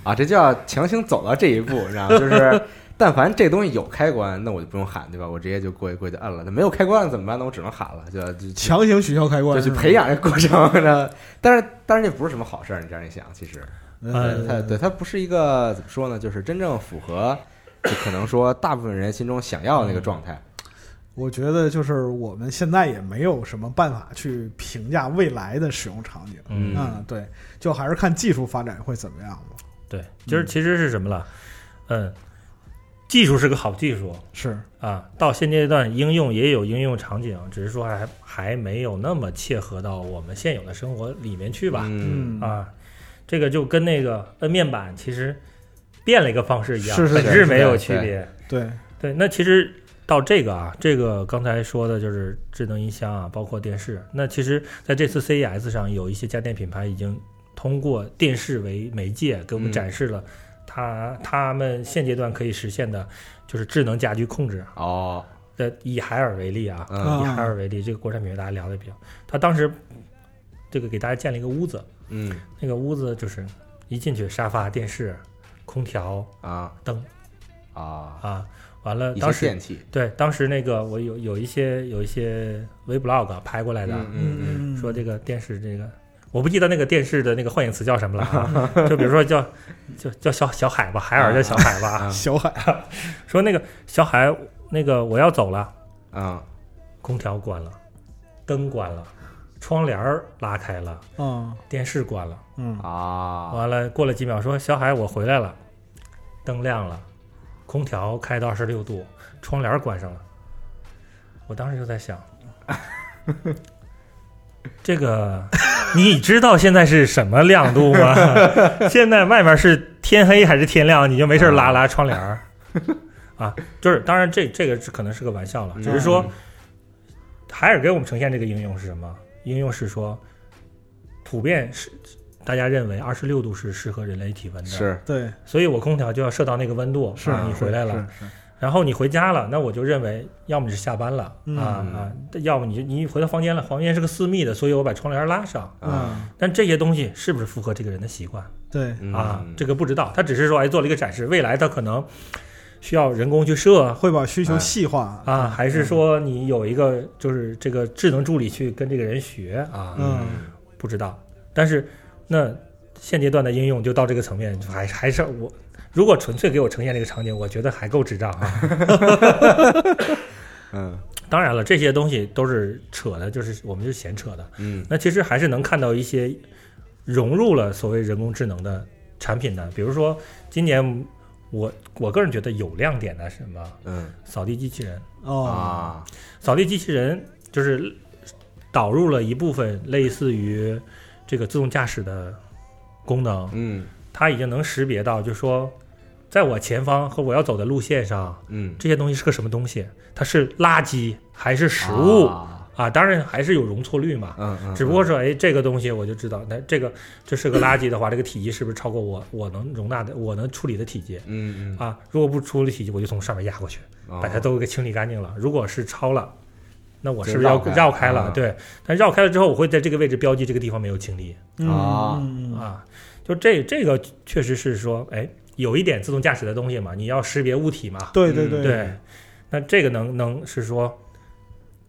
啊，这就要强行走到这一步，你知道吗？就是但凡这东西有开关，那我就不用喊，对吧？我直接就过去过去按了。那没有开关怎么办？那我只能喊了，就就就
强行取消开关，
就去培养这过程呢。但是但是这不是什么好事儿，你这样一想，其实
是吧。
呃
它哎对它不是一个怎么
嗯
说呢？就是真正符合，就可能说大部分人心中想要的那个状态。
我觉得就是我们现在也没有什么办法去评价未来的使用场景。
嗯
嗯，对，就还是看技术发展会怎么样吧。
对，就是其实是什么了？嗯，技术是个好技术
是，
啊，到现阶段应用也有应用场景，只是说还还没有那么切合到我们现有的生活里面去吧。
嗯，
啊，这个就跟那个 N 面板其实变了一个方式一样，哎
是是是
本质没有
是
区别。
对，
对，那其实到这个啊，这个刚才说的就是智能音箱啊，包括电视。那其实在这次 CES 上，有一些家电品牌已经通过电视为媒介，给我们
嗯
展示了它他们现阶段可以实现的，就是智能家居控制。啊
哦，
呃，以海尔为例啊，
嗯
以海尔为例，这个国产品牌大家聊的比较，他当时这个给大家建了一个屋子，
嗯
那个屋子就是一进去沙发、电视、空调、
啊
灯
啊，
啊，完了
一
当
些
时
电器，
对，当时那个我有有一些有一些微 blog 啊拍过来的啊，
嗯
说这个电视这个，我不记得那个电视的那个幻影词叫什么了啊， 就比如说叫就叫小小海吧，海尔叫小海吧啊，
小海
说那个小海那个我要走了，
嗯啊
空调关了，灯关了，窗帘儿拉开了，
嗯
电视关了，
嗯
啊，
完了过了几秒说小海我回来了，灯亮了，空调开到二十六度，窗帘儿关上了。我当时就在想， 这个你知道现在是什么亮度吗？ 现在外面是天黑还是天亮？你就没事儿拉拉窗帘儿啊？就是当然这这个是可能是个玩笑了，只是说海尔给我们呈现这个应用是什么？应用是说普遍是大家认为二十六度是适合人类体温
嗯
的，，
是
对，
所以我空调就要设到那个温度，
是
啊你回来了。，
是是
然后你回家了，那我就认为，要么你是下班了、
嗯
啊啊，要么你就你回到房间了，房间是个私密的，所以我把窗帘拉上。
啊
嗯，
但这些东西是不是符合这个人的习惯
对，
啊？
嗯
这个不知道，他只是说哎做了一个展示，未来他可能需要人工去设
会把需求
哎
细化
啊，还是说你有一个就是这个智能助理去跟这个人学啊？
嗯
不知道。但是那现阶段的应用就到这个层面，还还是我如果纯粹给我呈现这个场景，我觉得还够智障啊。
嗯
当然了，这些东西都是扯的，就是我们就闲扯的。
嗯
那其实还是能看到一些融入了所谓人工智能的产品的，比如说今年我我个人觉得有亮点的是什么
嗯
扫地机器人，
哦，
啊
扫地机器人就是导入了一部分类似于这个自动驾驶的功能，
嗯
它已经能识别到，就说在我前方和我要走的路线上，
嗯，
这些东西是个什么东西？它是垃圾还是食物啊
啊
当然还是有容错率嘛。
嗯嗯，
只不过说，哎，这个东西我就知道，那这个这是个垃圾的话，这个体积是不是超过我我能容纳的、我能处理的体积
嗯嗯，
啊？如果不处理体积，我就从上面压过去，
哦
把它都给清理干净了。如果是超了，那我是不是要
就绕开
绕开了？
啊
对，但绕开了之后，我会在这个位置标记这个地方没有清理。
嗯
啊
嗯嗯
啊，就这这个确实是说，哎，有一点自动驾驶的东西嘛，你要识别物体嘛，
对对
嗯
对
对，那这个能能是说，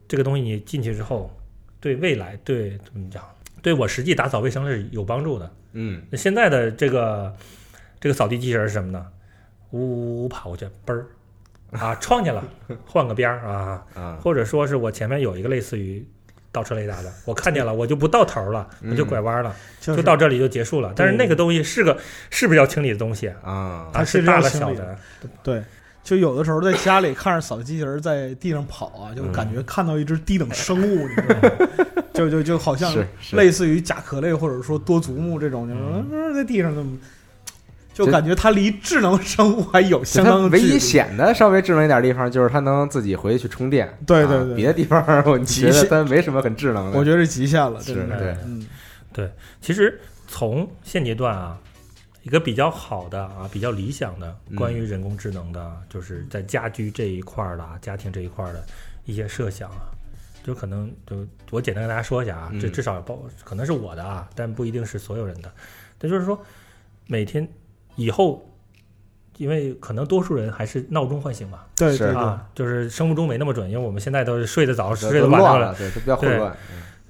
这个东西你进去之后，对未来对怎么讲，对我实际打扫卫生是有帮助的。
嗯
那现在的这个这个扫地机器人是什么呢？呜呜呜跑过去，嘣儿啊，撞见了，换个边儿啊，
啊
或者说是我前面有一个类似于倒车雷达的，我看见了，我就不到头儿了，我就
嗯
拐弯了。
就
就是到这里就结束了。但是那个东西是个是不是要清理的东西啊？
啊
它是
是大
要
的
清
小
理
的，
对。就有的时候在家里看着扫地机器人在地上跑
嗯
啊，就感觉看到一只低等生物，你知道 吗？就就就好像
是是
类似于甲壳类或者说多足目这种，就是
嗯
嗯在地上怎么，就感觉它离智能生物还有
就
相
它
当的
唯
距
一
离
显得稍微智能一点的地方，就是它能自己回去充电。
对
啊
对对
别的地方儿我觉得它没什么很智能的。
我觉得是极限了，真
是
的。
对，
嗯
其实从现阶段啊，一个比较好的啊，比较理想的
嗯
关于人工智能的，啊就是在家居这一块儿的啊，家庭这一块儿的一些设想啊。就可能就我简单跟大家说一下啊，这
嗯
至少包可能是我的啊，但不一定是所有人的。这就是说，每天以后，因为可能多数人还是闹钟唤醒嘛，
对
是
对对，
啊，就是生物钟没那么准，因为我们现在都是睡得早，
这
睡得
都
晚
乱
上
了，。对，它比较混
对
乱。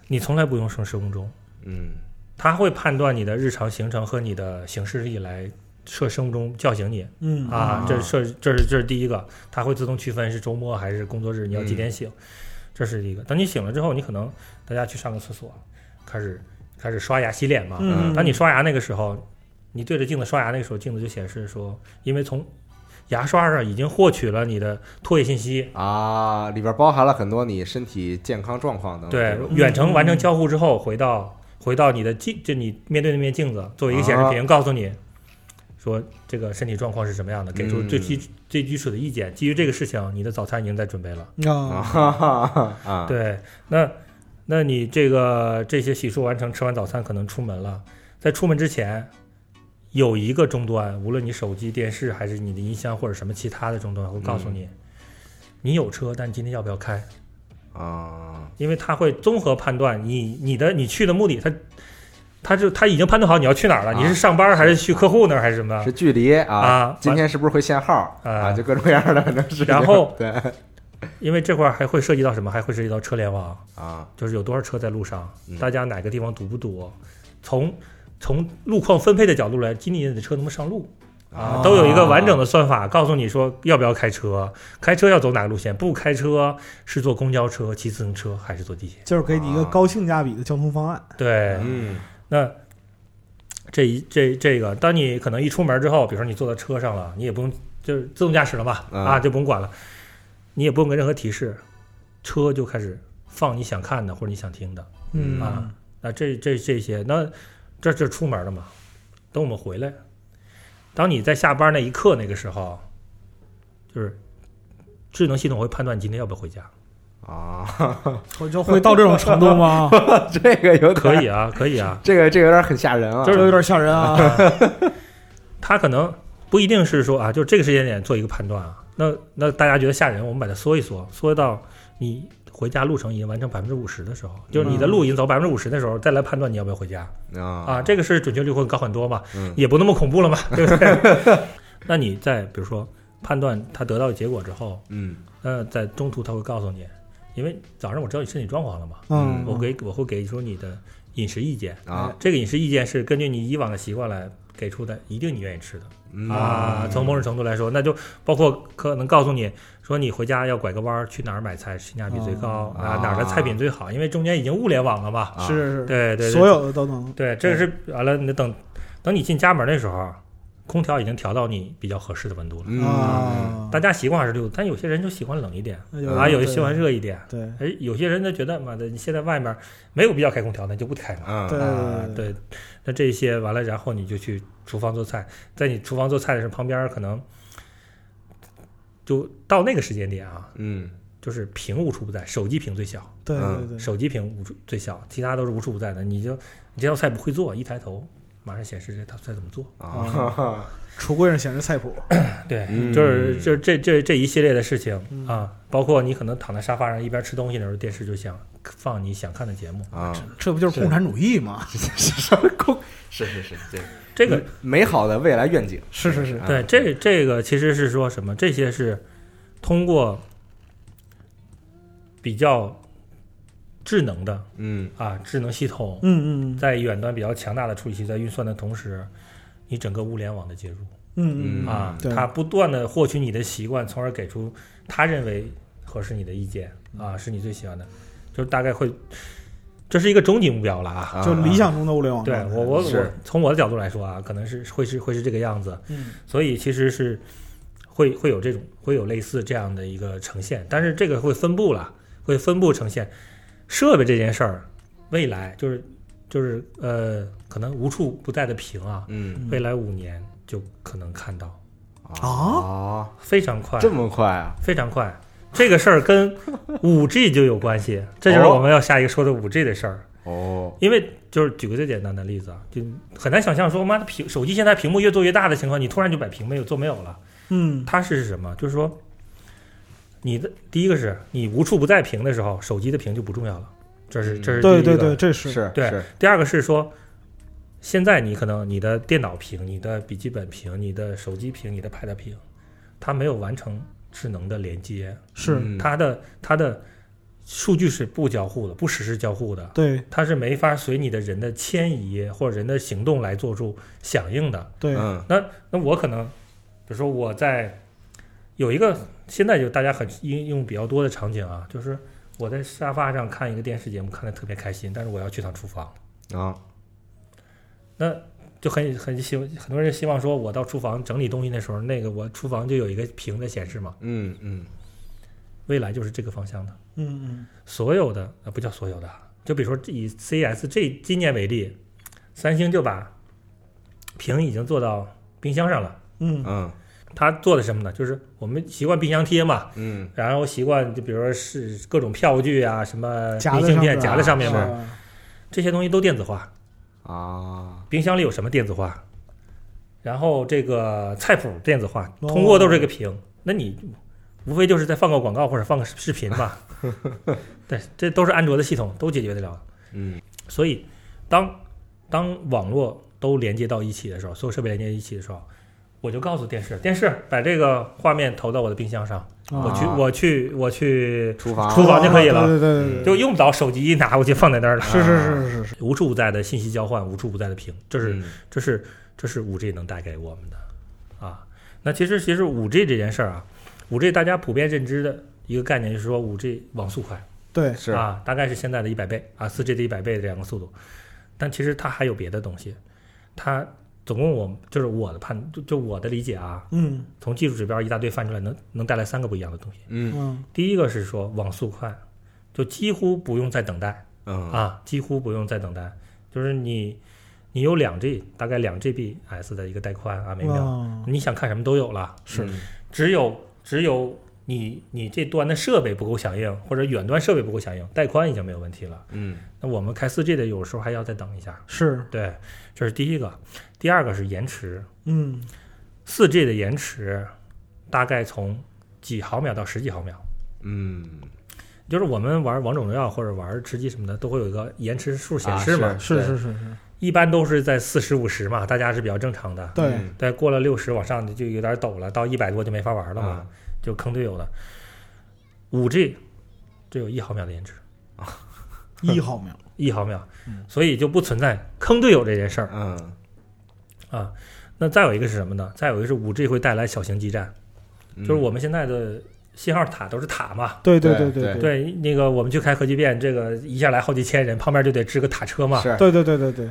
你从来不用生生物钟，
嗯
它会判断你的日常行程和你的行事历来设生物钟叫醒你
嗯
啊
啊，
这设这是这是第一个，它会自动区分是周末还是工作日，你要
嗯
几点醒，这是第一个。等你醒了之后，你可能大家去上个厕所，开始开始刷牙洗脸嘛。
嗯，
当你刷牙啊那个时候，你对着镜子刷牙那个时候，镜子就显示说，因为从牙刷上已经获取了你的唾液信息，
啊，里边包含了很多你身体健康状况等等
对
这种。，
远程完成交互之后，回到回到你的镜，就你面对那面镜子，作为一个显示屏，告诉你说这个身体状况是什么样的，给出最基最基础的意见。基于这个事情，你的早餐已经在准备了。
啊
啊，
哈哈哈啊，
对，那那你这个这些洗漱完成，吃完早餐可能出门了，在出门之前。有一个终端，无论你手机、电视还是你的音箱或者什么其他的终端，会告诉你，你有车，但今天要不要开？
啊，
因为它会综合判断你你的你去的目的，它它就它已经判断好你要去哪儿
啊
了，你是上班儿还是去客户那儿还是什么
是？距离啊，
啊，
今
完
天是不是会限号
啊
啊？就各种各样的可能是。
然后
对
因为这块儿还会涉及到什么？还会涉及到车联网，
啊，
就是有多少车在路上
嗯，
大家哪个地方堵不堵？从从路况分配的角度来，今年你的车能不能上路啊？都有一个完整的算法，告诉你说要不要开车，开车要走哪个路线，不开车是坐公交车、骑自行车还是坐地铁？
就是给你
啊
一个高性价比的交通方案。
对，
嗯
那这一这这个，当你可能一出门之后，比如说你坐到车上了，你也不用就是自动驾驶了嘛，
嗯
啊，就不用管了，你也不用跟任何提示，车就开始放你想看的或者你想听的。
嗯
啊，那这这这些，那这这出门了嘛？等我们回来，当你在下班那一刻那个时候，就是智能系统会判断你今天要不要回家。
啊，
我就会到这种程度吗？
这个有点
可以，啊，可以啊，
这个这个有点很吓人啊，
这有点吓人啊。
他可能不一定是说啊，就这个时间点做一个判断啊。那那大家觉得吓人，我们把它缩一缩，缩到你回家路程已经完成百分之五十的时候，就是你的路已经走百分之五十的时候，再来判断你要不要回家
啊
啊。这个是准确率会高很多嘛，
嗯
也不那么恐怖了嘛，对不对？那你在比如说判断他得到的结果之后，
嗯
那在中途他会告诉你，因为早上我知道你身体状况了嘛，
嗯，
我给我会给出你的饮食意见，
啊
这个饮食意见是根据你以往的习惯来给出的，一定你愿意吃的。
嗯
啊，从某种程度来说，那就包括可能告诉你说你回家要拐个弯儿去哪儿买菜，性价比最高、
哦
啊，哪儿的菜品最好，因为中间已经物联网了嘛。
啊
是是
对对
是，
对，
所有的都能。
对，这个是完了，你等等你进家门的时候，啊空调已经调到你比较合适的温度了。
嗯
啊，
大家习惯还是六，但有些人就喜欢冷一点，
有
啊，有些
对
喜欢热一点。
对，
哎，有些人就觉得妈的，你现在外面没有必要开空调，那就不开嘛。
嗯
对
啊，对，那这些完了，然后你就去厨房做菜，在你厨房做菜的时候，旁边可能就到那个时间点啊，
嗯
就是屏无处不在，手机屏最小，
对对
嗯
对，
手机屏无处最小，其他都是无处不在的。你就你这道菜不会做，一抬头马上显示这道菜怎么做。
啊
橱柜上显示菜谱。
对，
嗯
就是就是这这这一系列的事情
嗯
啊，包括你可能躺在沙发上一边吃东西的时候，电视就想放你想看的节目。
啊，
这不就是共产主义 吗？
是是空，是是是，对
这个
美好的未来愿景，
是是是，
对，
啊
这个这个其实是说什么？这些是通过比较智能的
嗯
啊，智能系统
嗯嗯
在远端比较强大的处理器在运算的同时，你整个物联网的介入
嗯嗯
嗯
啊，
对
它不断的获取你的习惯，从而给出他认为合适你的意见啊，是你最喜欢的，就是大概会，这是一个终极目标了啊。
啊
就理想中的物联网。
对我我我
是
从我的角度来说啊，可能是会是会是这个样子，
嗯
所以其实是会会有这种会有类似这样的一个呈现，但是这个会分布了，会分布呈现。设备这件事儿，未来就是就是呃，可能无处不在的屏啊，
嗯
未来五年就可能看到，
啊，
非常快，
这么快啊？
非常快。这个事儿 跟五 G 就有关系，这就是我们要下一个说的五 G 的事儿。
哦，
因为就是举个最简单的例子啊，就很难想象说，妈的屏手机现在屏幕越做越大的情况，你突然就把屏幕做没有了。
嗯
它是什么？就是说，你的第一个是你无处不在屏的时候，手机的屏就不重要了，这是
嗯
这是第一
对对
个。
对，。这
是
是
对
是
第二个是说，现在你可能你的电脑屏、你的笔记本屏、你的手机屏、你的 Pad 屏，它没有完成智能的连接，
是
嗯
它的它的数据是不交互的，不实时交互的，
对
它是没法随你的人的迁移或者人的行动来做出响应的。
对，
嗯
那那我可能，比如说我在有一个现在就大家很应用比较多的场景啊，就是我在沙发上看一个电视节目，看的特别开心，但是我要去趟厨房，
啊，
那就很很希很多人希望说，我到厨房整理东西的时候，那个我厨房就有一个屏在显示嘛，
嗯嗯
未来就是这个方向的。
嗯
所有的啊不叫所有的啊，就比如说以 CES 这今年为例，三星就把屏已经做到冰箱上了。
嗯嗯
嗯
它做的什么呢？就是我们习惯冰箱贴嘛，
嗯
然后习惯就比如说是各种票据啊、什么
夹
明
在
信
上面
片
啊
夹在上面嘛，
啊
这些东西都电子化。
啊，
冰箱里有什么电子化？然后这个菜谱电子化，
哦
通过都是这个屏。那你无非就是再放个广告或者放个视频 吧。对，这都是安卓的系统都解决得了。
嗯
所以当当网络都连接到一起的时候，所有设备连接一起的时候，我就告诉电视，电视把这个画面投到我的冰箱上，我去
啊
我去我去，
厨房
厨房就可以了
哦对对对对，
就用不着手机一拿过去放在那儿了。
是是是是是，
无处不在的信息交换，无处不在的屏，这是
嗯
这是这是五 G 能带给我们的啊。那其实其实五 G 这件事儿啊，五 G 大家普遍认知的一个概念就是说五 G 网速快，
对
是
啊，大概是现在的一百倍啊，四 G 的一百倍的这样的速度。但其实它还有别的东西，它总共我就是我的判就就我的理解啊，
嗯
从技术指标一大堆翻出来能能带来三个不一样的东西。
嗯
嗯
第一个是说网速快，就几乎不用再等待。
嗯
啊，几乎不用再等待，就是你你有两 G，大概两 GBS 的一个带宽啊每秒，
啊
你想看什么都有了，
是
只有只有你你这端的设备不够响应，或者远端设备不够响应，带宽已经没有问题了。
嗯
那我们开4 G 的有时候还要再等一下，
是
对，这是第一个，第二个是延迟，
嗯
4 G 的延迟大概从几毫秒到十几毫秒。
嗯，
就是我们玩王者荣耀或者玩吃鸡什么的，都会有一个延迟数显
啊
示嘛，
是是是是，
一般都是在四十五十嘛，大家是比较正常的。
对
嗯
对，过了六十往上就有点抖了，到一百多就没法玩了嘛，
啊
就坑队友了。五 G 只有一毫秒的延迟，
一毫秒，
一毫秒
嗯，
所以就不存在坑队友这件事儿
嗯
啊。那再有一个是什么呢？再有一个是五 G 会带来小型基站，
嗯，
就是我们现在的信号塔都是塔嘛。
对
对
对
对
对
对，那个我们去开核聚变，这个一下来好几千人，旁边就得支个塔车
嗯
嘛。
是
对对对对对，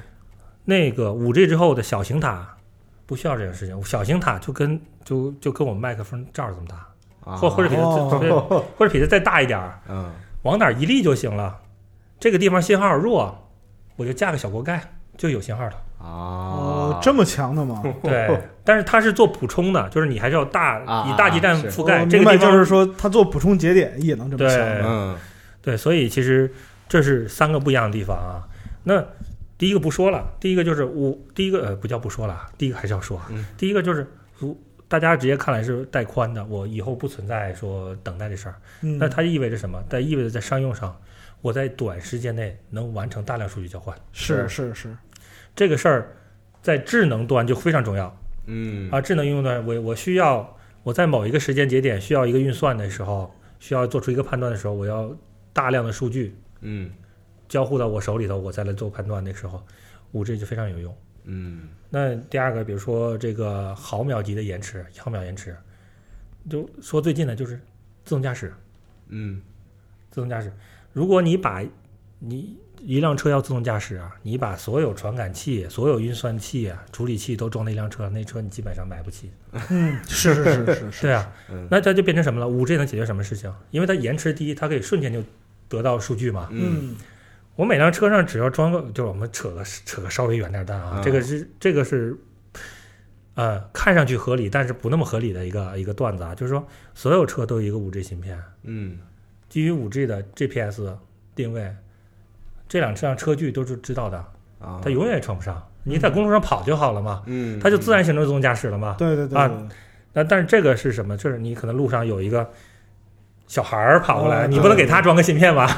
那个五 G 之后的小型塔不需要这件事情，小型塔就跟就就跟我们麦克风罩儿这么大，
啊
或或者比它
哦
对或者比它再大一点儿，
嗯
往哪儿一立就行了。这个地方信号弱，我就架个小锅盖就有信号了。
啊
哦，这么强的吗？
对， 但是它是做补充的，就是你还是要大
哦啊
以大基站
是
覆盖
我哦明
这个
白
地方
就是说，它做补充节点也能这么
对
强。
嗯
对，所以其实这是三个不一样的地方啊。那第一个不说了，第一个就是五，第一个呃不叫不说了，第一个还是要说啊。
嗯
第一个就是如大家直接看来是带宽的，我以后不存在说等待这事儿。
嗯
那它意味着什么？它意味着在商用上，我在短时间内能完成大量数据交换，
是是是，
这个事儿在智能端就非常重要
嗯
啊。智能应用端，我我需要我在某一个时间节点需要一个运算的时候，需要做出一个判断的时候，我要大量的数据
嗯
交互到我手里头，我再来做判断的时候，五 G 就非常有用。
嗯
那第二个，比如说这个毫秒级的延迟，一毫秒延迟，就说最近的就是自动驾驶，
嗯
自动驾驶。如果你把你一辆车要自动驾驶啊，你把所有传感器、所有运算器、啊、处理器都装那辆车，那车你基本上买不起。
嗯，是是是是 是，
对啊，
嗯
那它就变成什么了？五 G 能解决什么事情？因为它延迟低，它可以瞬间就得到数据嘛。
嗯
嗯
我每辆车上只要装个，就是我们扯个扯个稍微远点儿蛋啊，
嗯
这个是这个是，呃，看上去合理，但是不那么合理的一个一个段子啊，就是说所有车都有一个五 G 芯片，
嗯
基于五 G 的 GPS 定位，这两这辆车距都是知道的，
啊，
它永远也穿不上，你在公路上跑就好了嘛，
嗯，
它就自然形成自动驾驶了嘛。
对对对
啊
对，
那但是这个是什么？就是你可能路上有一个小孩儿跑过
啊
来，
哦
你不能给他装个 芯片吧？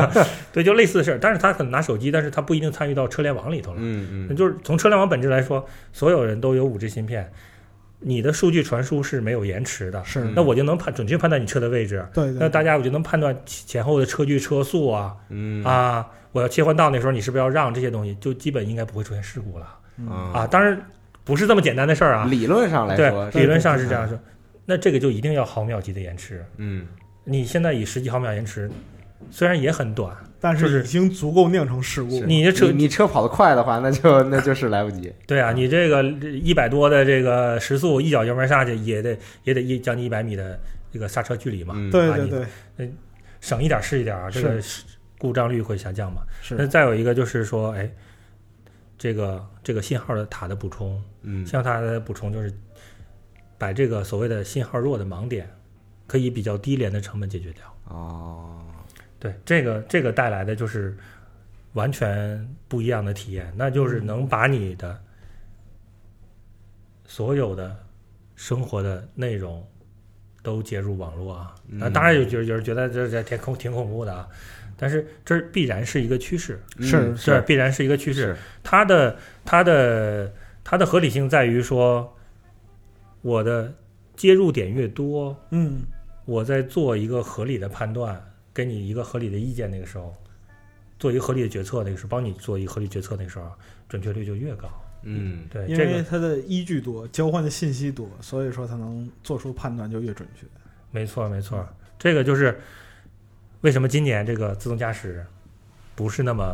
对，就类似的事儿。但是他可能拿手机，但是他不一定参与到车联网里头了。
嗯嗯
那就是从车联网本质来说，所有人都有五 G 芯片，你的数据传输是没有延迟的，
是
嗯
那我就能判准确判断你车的位置。
对
那
对，
大家我就能判断前前后的车距、车速啊
嗯
啊，我要切换道那时候你是不是要让这些东西，就基本应该不会出现事故了
嗯
啊。当然不是这么简单的事儿啊，
理论上来说，
对，理论上是这样说。那这个就一定要毫秒级的延迟，
嗯，
你现在以十几毫秒延迟，虽然也很短，
但
就是是
已经足够酿成事故
是
了。
你的车
你车跑得快的话，那就那就是来不及。
对啊，你这个一百多的这个时速，一脚油门下去也得也得一将近一百米的这个刹车距离嘛，
嗯
对
啊
对
你
对，
省一点是一点啊，这个故障率会下降嘛。那
是
再有一个就是说，哎，这个这个信号的塔的补充，
嗯
信号塔的补充就是把这个所谓的信号弱的盲点，可以比较低廉的成本解决掉。
哦，
对，这个这个带来的就是完全不一样的体验，那就是能把你的所有的生活的内容都接入网络啊。那当然有有有人觉得这这挺恐挺恐怖的啊，但是这必然是一个趋势，
是
嗯
这必然是一个趋势。
是
它的它的它的合理性在于说，我的接入点越多，
嗯，
我在做一个合理的判断，给你一个合理的意见，那个时候，做一个合理的决策，那个时候帮你做一个合理决策，那个时候准确率就越高。
嗯
对，
因
这
为
个
它的依据多，交换的信息多，所以说它能做出判断就越准确。
没错没错，这个就是为什么今年这个自动驾驶不是那么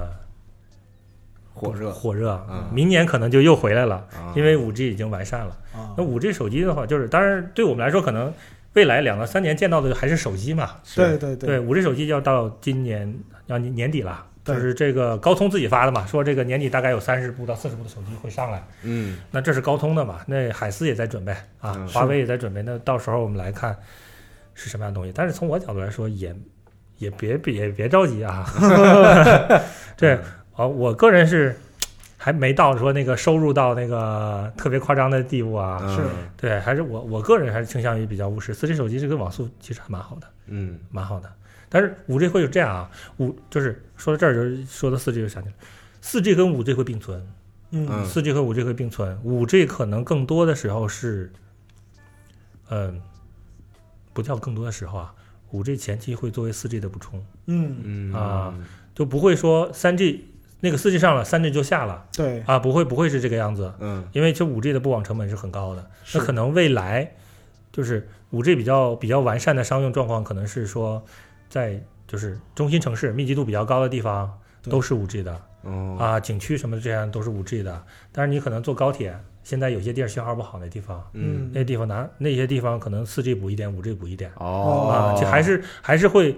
火热，
火热，
嗯
明年可能就又回来了，
啊
因为五 G 已经完善了。
啊
那，五 G 手机的话，就是当然对我们来说，可能未来两到三年见到的还是手机嘛，
是
对对
对，五 G 手机要到今年要年年底了，就
对
是这个高通自己发的嘛，说这个年底大概有三十部到四十部的手机会上来，
嗯
那这是高通的嘛，那海思也在准备啊，
嗯
华为也在准备，那到时候我们来看是什么样的东西。但是从我角度来说，也也别别别着急啊，对啊，我个人是还没到说那个收入到那个特别夸张的地步啊，
嗯
是
对，还是我我个人还是倾向于比较务实，4G 手机这个网速其实还蛮好的。
嗯
蛮好的。但是五 G 会有这样啊，五就是说到这儿就是说到四 G 就想起来，四 G 跟五 G 会并存，
嗯
嗯
四 G 和五 G 会并存，五 G 可能更多的时候是，嗯、不叫更多的时候啊，五 G 前期会作为四 G 的补充，
嗯，
嗯
啊，就不会说三 G 那个四 G 上了，三 G 就下了
对，
啊，不会不会是这个样子，
嗯
因为这五 G 的布网成本是很高的，
是
那可能未来就是五 G 比较比较完善的商用状况，可能是说在就是中心城市密集度比较高的地方
对
都是五 G 的
哦
啊，景区什么这样都是五 G 的。但是你可能坐高铁，现在有些地儿信号不好那地方，
嗯
嗯
那地方拿那些地方可能四 G 补一点，五 G 补一点
哦
啊，就还是还是会。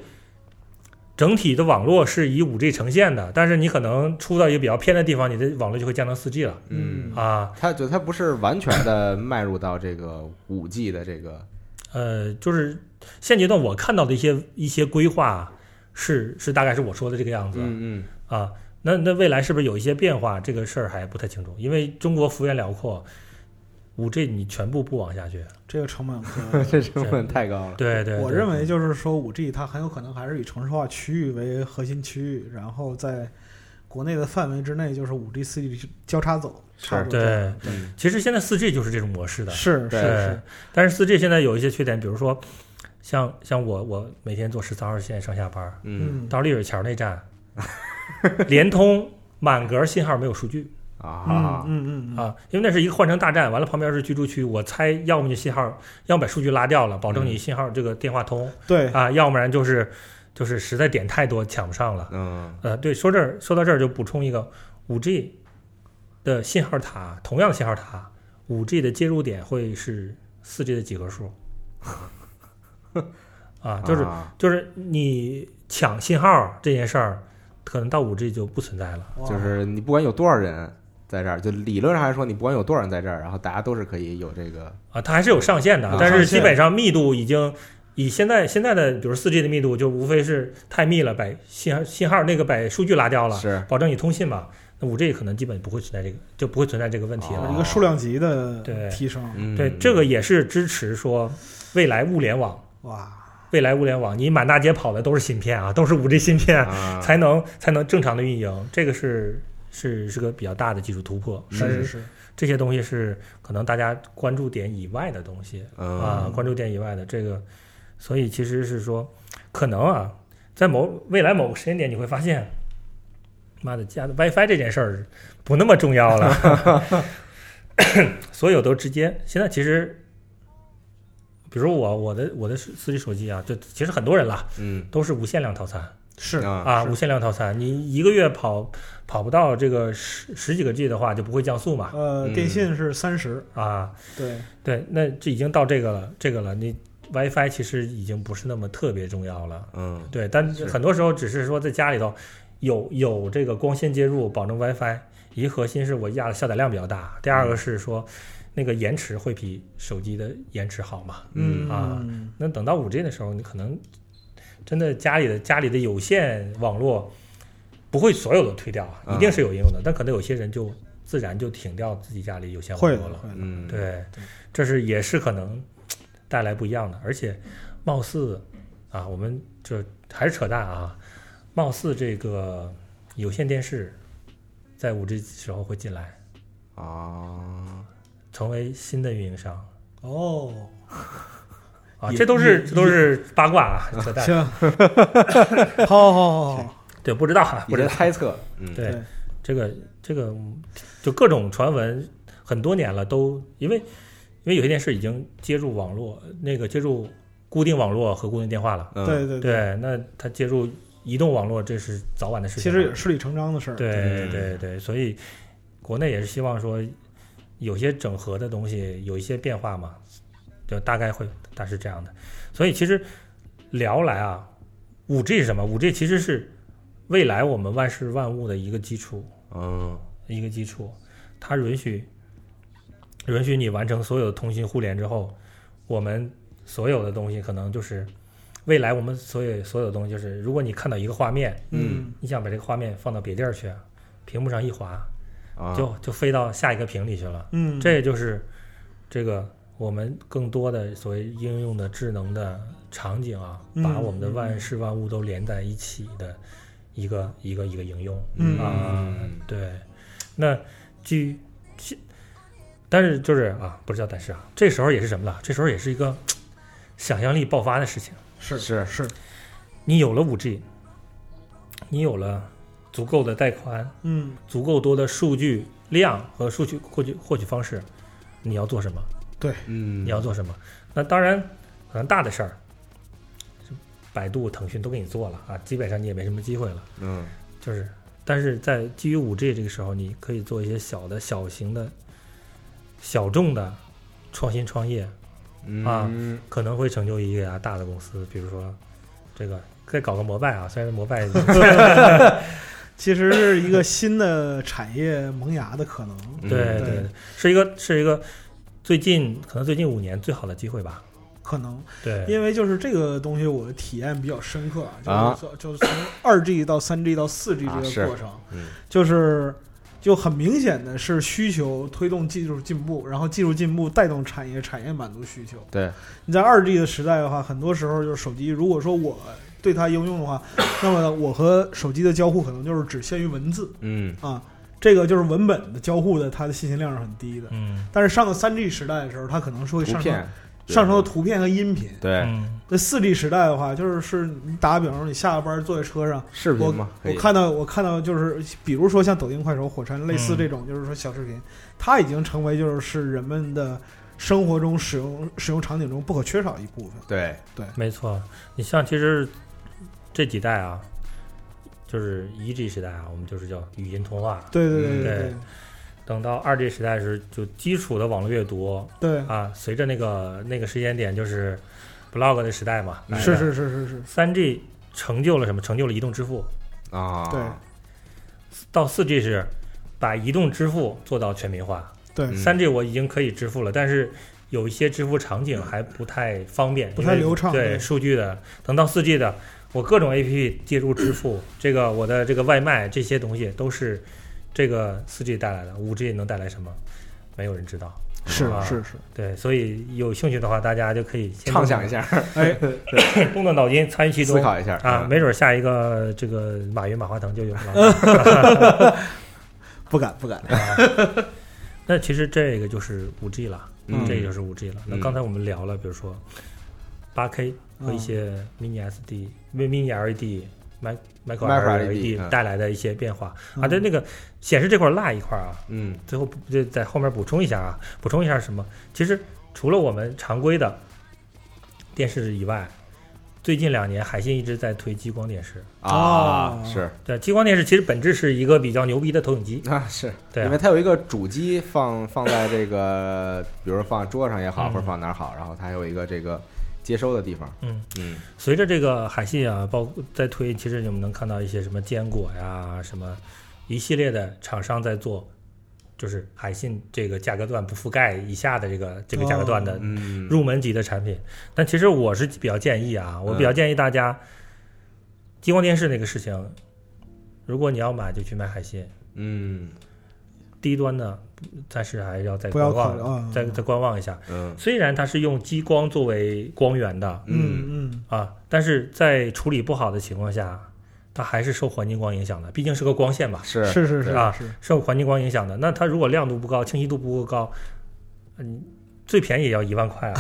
整体的网络是以五 G 呈现的，但是你可能出到一个比较偏的地方，你的网络就会降到四 G 了
嗯，
啊。
它就它不是完全的迈入到这个五 G 的这个
呃，就是现阶段我看到的一些一些规划是是大概是我说的这个样子、
嗯
啊。那那未来是不是有一些变化？这个事儿还不太清楚，因为中国幅员辽阔，五 G 你全部不往下去。
这个成本很高
嗯， 这成本太高了，
对对
啊我
对
认为就是说，五 G 它很有可能还是以城市化区域为核心区域，然后在国内的范围之内，就是五 G、四 G 交叉走，
是
差不多这
对
样。，
嗯
其实现在四 G 就是这种模式的。
是
对
是
对，
是，
但是四 G 现在有一些缺点，比如说像像我我每天坐十三号线上下班儿，
嗯
嗯，
到丽水桥那 站，联通满格信号没有数据。
嗯
啊，
嗯嗯嗯，
啊，因为那是一个换乘大站，完了旁边是居住区，我猜要么就信号，要么把数据拉掉了，保证你信号这个电话通、
对，
啊，要不然就是就是实在点太多抢不上了。
嗯
呃，对，说这儿说到这儿就补充一个，五 G 的信号塔，同样的信号塔，五 G 的接入点会是四 G 的几何数， 啊，就是
啊
就是你抢信号这件事儿，可能到五 G 就不存在了。
哇
就是你不管有多少人在这儿，就理论上来说，你不管有多少人在这儿，然后大家都是可以有这个
啊，它还是有上限的
有，
但
上
是
限
基本上密度已经以现在现在的，比如四 G 的密度，就无非是太密了，把信号信号那个把数据拉掉了，
是
保证你通信嘛。那五 G 可能基本不会存在这个，就不会存在这个问题
一
了。
哦
个数量级的
对
提升，
嗯
对，这个也是支持说未来物联网，
哇，
未来物联网，你满大街跑的都是芯片啊，都是五 G 芯片，
啊
才能才能正常的运营，这个是是是个比较大的技术突
嗯
破。但
是是，
这些东西是可能大家关注点以外的东西
嗯
啊，关注点以外的这个，所以其实是说，可能啊，在某未来某个时间点，你会发现，妈的，家的 WiFi 这件事儿不那么重要了， 所有都直接。现在其实，比如我我的我的四 G 手机啊，就其实很多人啦，
嗯
都是无限量套餐。
是
啊
啊，
是
无限量套餐，你一个月跑跑不到这个十十几个 G 的话，就不会降速嘛。
呃，
嗯
电信是三十，
啊，
对，
对，那这已经到这个了，这个了，你 WiFi 其实已经不是那么特别重要了。
嗯
对，但
是
很多时候只是说在家里头有有这个光纤接入，保证 WiFi。一个核心是我压的下载量比较大，第二个是说那个延迟会比手机的延迟好嘛？
嗯
啊
嗯
那等到五 G 的时候，你可能真的家里的家里的有线网络不会所有的推掉啊，
嗯
一定是有应用的，但可能有些人就自然就停掉自己家里有线网
会的
络了。
会的
嗯，
对
对，
这是也是可能带来不一样的，而且貌似啊，我们就还是扯淡啊，貌似这个有线电视在五 G 时候会进来，
啊，
成为新的运营商
哦，
啊，
也
这都是
也
这都是八卦啊，扯淡，
行， 好好好好好，
对，不知道啊，
一
不知
些
道，
猜测，嗯，
对
对
这个这个就各种传闻很多年了都，因为因为有些电视已经接入网络，那个接入固定网络和固定电话了。
嗯
对对对，
对，那它接入移动网络，这是早晚的事
其
情。啊
实也是顺理成章的事儿，
对
嗯
对对，所以国内也是希望说有些整合的东西有一些变化嘛，就大概会大是这样的。所以其实聊来啊，五 G 是什么？五 G 其实是未来我们万事万物的一个基础，
嗯
一个基础，它允许允许你完成所有的通信互联之后，我们所有的东西可能就是未来我们所有所有的东西就是，如果你看到一个画面，
嗯，
你想把这个画面放到别地儿去，啊屏幕上一滑，
啊，
就就飞到下一个屏里去了。
嗯，
这就是这个我们更多的所谓应用的智能的场景啊，
嗯
把我们的万事万物都连在一起的一个一个一个应用。
嗯
啊
嗯，
对，那据其，但是就是啊，不是叫但是啊，这时候也是什么了？这时候也是一个想象力爆发的事情。
是
是
是，
你有了五 G，你有了足够的带宽、
嗯
足够多的数据量和数据获取获取方式，你要做什么？
嗯，
你要做什么？那当然，可能大的事儿，百度、腾讯都给你做了啊，基本上你也没什么机会了。
嗯
就是，但是在基于五 G 这个时候，你可以做一些小的、小型的、小众的创新创业，
嗯
啊可能会成就一家大的公司，比如说这个再搞个摩拜啊，虽然摩 拜
其实是一个新的产业萌芽的可能，
嗯
对对对是一个是一个最近可能最近五年最好的机会吧，
可能，
对
因为就是这个东西我的体验比较深刻
啊
就是就是从二 G 到三 G 到四 G
啊
这
是
个过程，
嗯
就是就很明显的是需求推动技术进步，然后技术进步带动产业，产业满足需求。
对，
你在二 G 的时代的话，很多时候就是手机，如果说我对它应用的话，那么我和手机的交互可能就是只限于文字
嗯
啊，这个就是文本的交互的，它的信息量是很低的。
嗯
但是上个三 G 时代的时候，它可能是会
图
上升
片
上升到图片和音频。
对
嗯
那四 G 时代的话，就是是你打个比方说，你下了班坐在车上，
视频嘛，可
我
以
看到我看到就是，比如说像抖音、快手、火山类似这种，就是说小视频，它已经成为就是是人们的生活中使用使用场景中不可缺少的一部分。
对
没错，你像其实这几代啊，就是一 G 时代啊，我们就是叫语音通话，
对对对
对等到二 G 时代时，就基础的网络阅读
对
啊，随着那个那个时间点就是 blog 的时代嘛，
对，
嗯
是是是是是，
三 G 成就了什么？成就了移动支付。
啊，
对
到四 G 是把移动支付做到全民化，
对
嗯
三 G 我已经可以支付了，但是有一些支付场景还不太方便，
不
因
太
为
流畅
对
对
数据的，等到四 G 的，我各种 APP 接入支付，这个我的这个外卖这些东西都是这个四 G 带来的，五 G 能带来什么？没有人知道。
是
啊
是是，
对，所以有兴趣的话，大家就可以先
畅想一下，
哎，
动动，动动脑筋，参与其 中啊
思考一下啊嗯
啊，没准下一个这个马云、马化腾就有了。
不敢不敢，
啊那其实这个就是五 G 了，
嗯
这个就是五 G 了。那
嗯
刚才我们聊了，比如说八 K 和一些 Mini SD、Mini LED、Mic-
嗯 Micro
Micro
LED 嗯
LED 带来的一些变化
嗯
啊。对，那个显示这块落一块啊，
嗯
最后补就在后面补充一下啊，补充一下什么？其实除了我们常规的电视以外，最近两年海信一直在推激光电视。
啊
哦
是
对，激光电视其实本质是一个比较牛逼的投影机。
嗯
啊是，
对啊
因为它有一个主机放放在这个，比如说放桌上也好，
嗯
或者放哪儿好，然后它有一个这个接收的地方，
嗯，
嗯
随着这个海信啊，包括在推，其实你们能看到一些什么坚果呀，什么一系列的厂商在做，就是海信这个价格段不覆盖以下的这个这个价格段
哦
的
嗯
入门级的产品。但其实我是比较建议啊，我比
嗯
较建议大家，激光电视那个事情，如果你要买就去买海信，
嗯
低端呢暂时还要再
不要
观
考虑啊
望，再再观望一下。
嗯
虽然它是用激光作为光源的，
嗯
嗯嗯，
啊，但是在处理不好的情况下，它还是受环境光影响的，毕竟是个光线嘛，
是
是是是
对啊
是，
受环境光影响的。那它如果亮度不高，清晰度不够高，嗯，最便宜也要一万 块啊！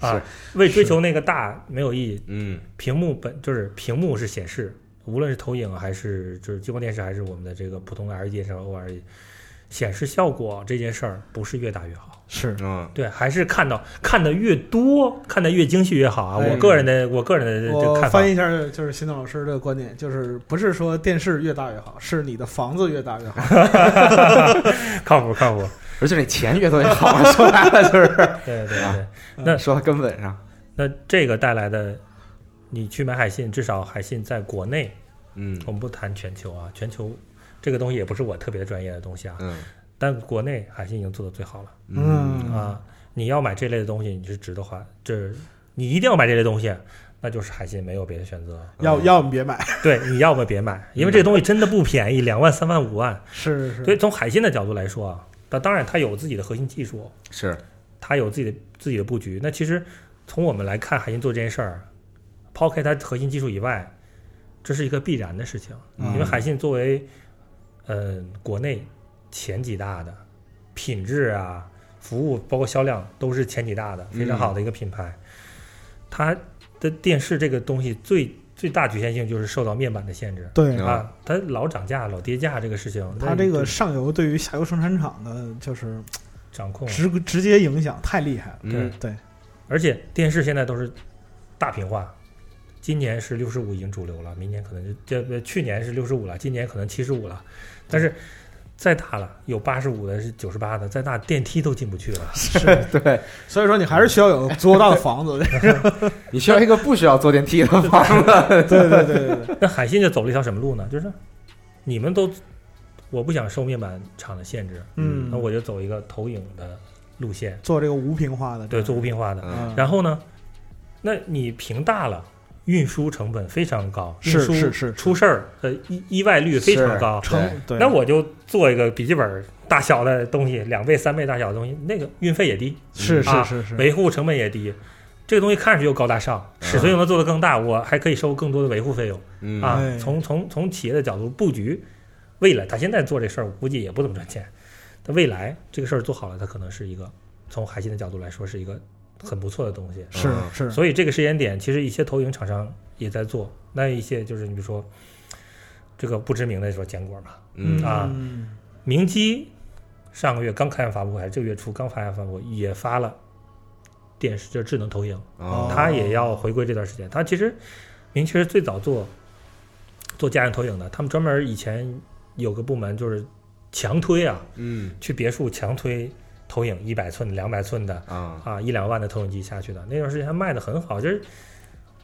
啊，为追求那个大没有意义。
嗯
屏幕本就是屏幕是显示，无论是投影还是就是激光电视，还是我们的这个普通的 LED 电视 OLED，显示效果这件事儿不是越大越好。
是
嗯
对，还是看到看的越多，看的越精细越好啊！
哎
我个人的我个人的这
我
呃看法
翻译一下，就是新东老师的观点，就是不是说电视越大越好，是你的房子越大越好。
靠谱 靠谱，
而且你钱越多越好，啊说白了就是
对对对。
啊
嗯
那
说到根本上，
那这个带来的，你去买海信，至少海信在国内，
嗯
哦
我们不谈全球啊，全球这个东西也不是我特别专业的东西啊，
嗯
但国内海信已经做的最好了、
嗯
啊。你要买这类的东西，你是值得花，这你一定要买这类东西，那就是海信没有别的选择。
要要么别买，
对，你要么别买，因为这个东西真的不便宜，两万、三万、五万。
是是，
所以从海信的角度来说啊，那当然它有自己的核心技术，
是
它有自己的自己的布局。那其实从我们来看，海信做这件事儿，抛开它核心技术以外，这是一个必然的事情。
嗯
因为海信作为呃国内前几大的品质啊、服务，包括销量都是前几大的，非
嗯
常好的一个品牌。它的电视这个东西最最大局限性就是受到面板的限制。
对
嗯
啊，它老涨价、老跌价这个事情，
它这个上游对于下游生产厂的，就是
掌控，
直直接影响太厉害了。
嗯
对，
而且电视现在都是大屏化，今年是六十五已经主流了，明年可能就这不去年是六十五了，今年可能七十五了，但是再大了有八十五的，是九十八的，再大电梯都进不去 了。
是，
对，
所以说你还是需要 有足够大的房子。
你需要一个不需要坐电梯的房子，
对对对对对对，
那海信就走了一条什么路呢？就是你们都，我不想受面板厂的限制，
嗯，
那我就走一个投影的路线，
做这个无屏化的，
对，做无，屏化的。
嗯
然后呢，那你屏大了。运输成本非常高，运
是
输
是是
出事儿的意意外率非常
是
高，
成
对
对，啊
那我就做一个笔记本大小的东西，两倍、三倍大小的东西，那个运费也低，
是
啊
是是是，嗯
维护成本也低，这个东西看上去又高大上，尺寸又能做得更大，我还可以收更多的维护费用
嗯
啊
哎。
从从从企业的角度布局，未来他现在做这事儿，我估计也不怎么赚钱。但未来这个事儿做好了，它可能是一个从海信的角度来说是一个很不错的东西。
是是，
所以这个时间点，其实一些投影厂商也在做，那一些就是你比如说这个不知名的说坚果嘛，
嗯
啊
嗯
明基上个月刚开完发布会，还是这个月初刚发完发布会，也发了电视，就是智能投影，
哦
它也要回归这段时间。它其实明确是最早做做家用投影的，他们专门以前有个部门就是强推啊，
嗯
去别墅强推投影一百寸的、两百寸的
啊
啊，一两万的投影机下去的。那段时间还卖的很好，就是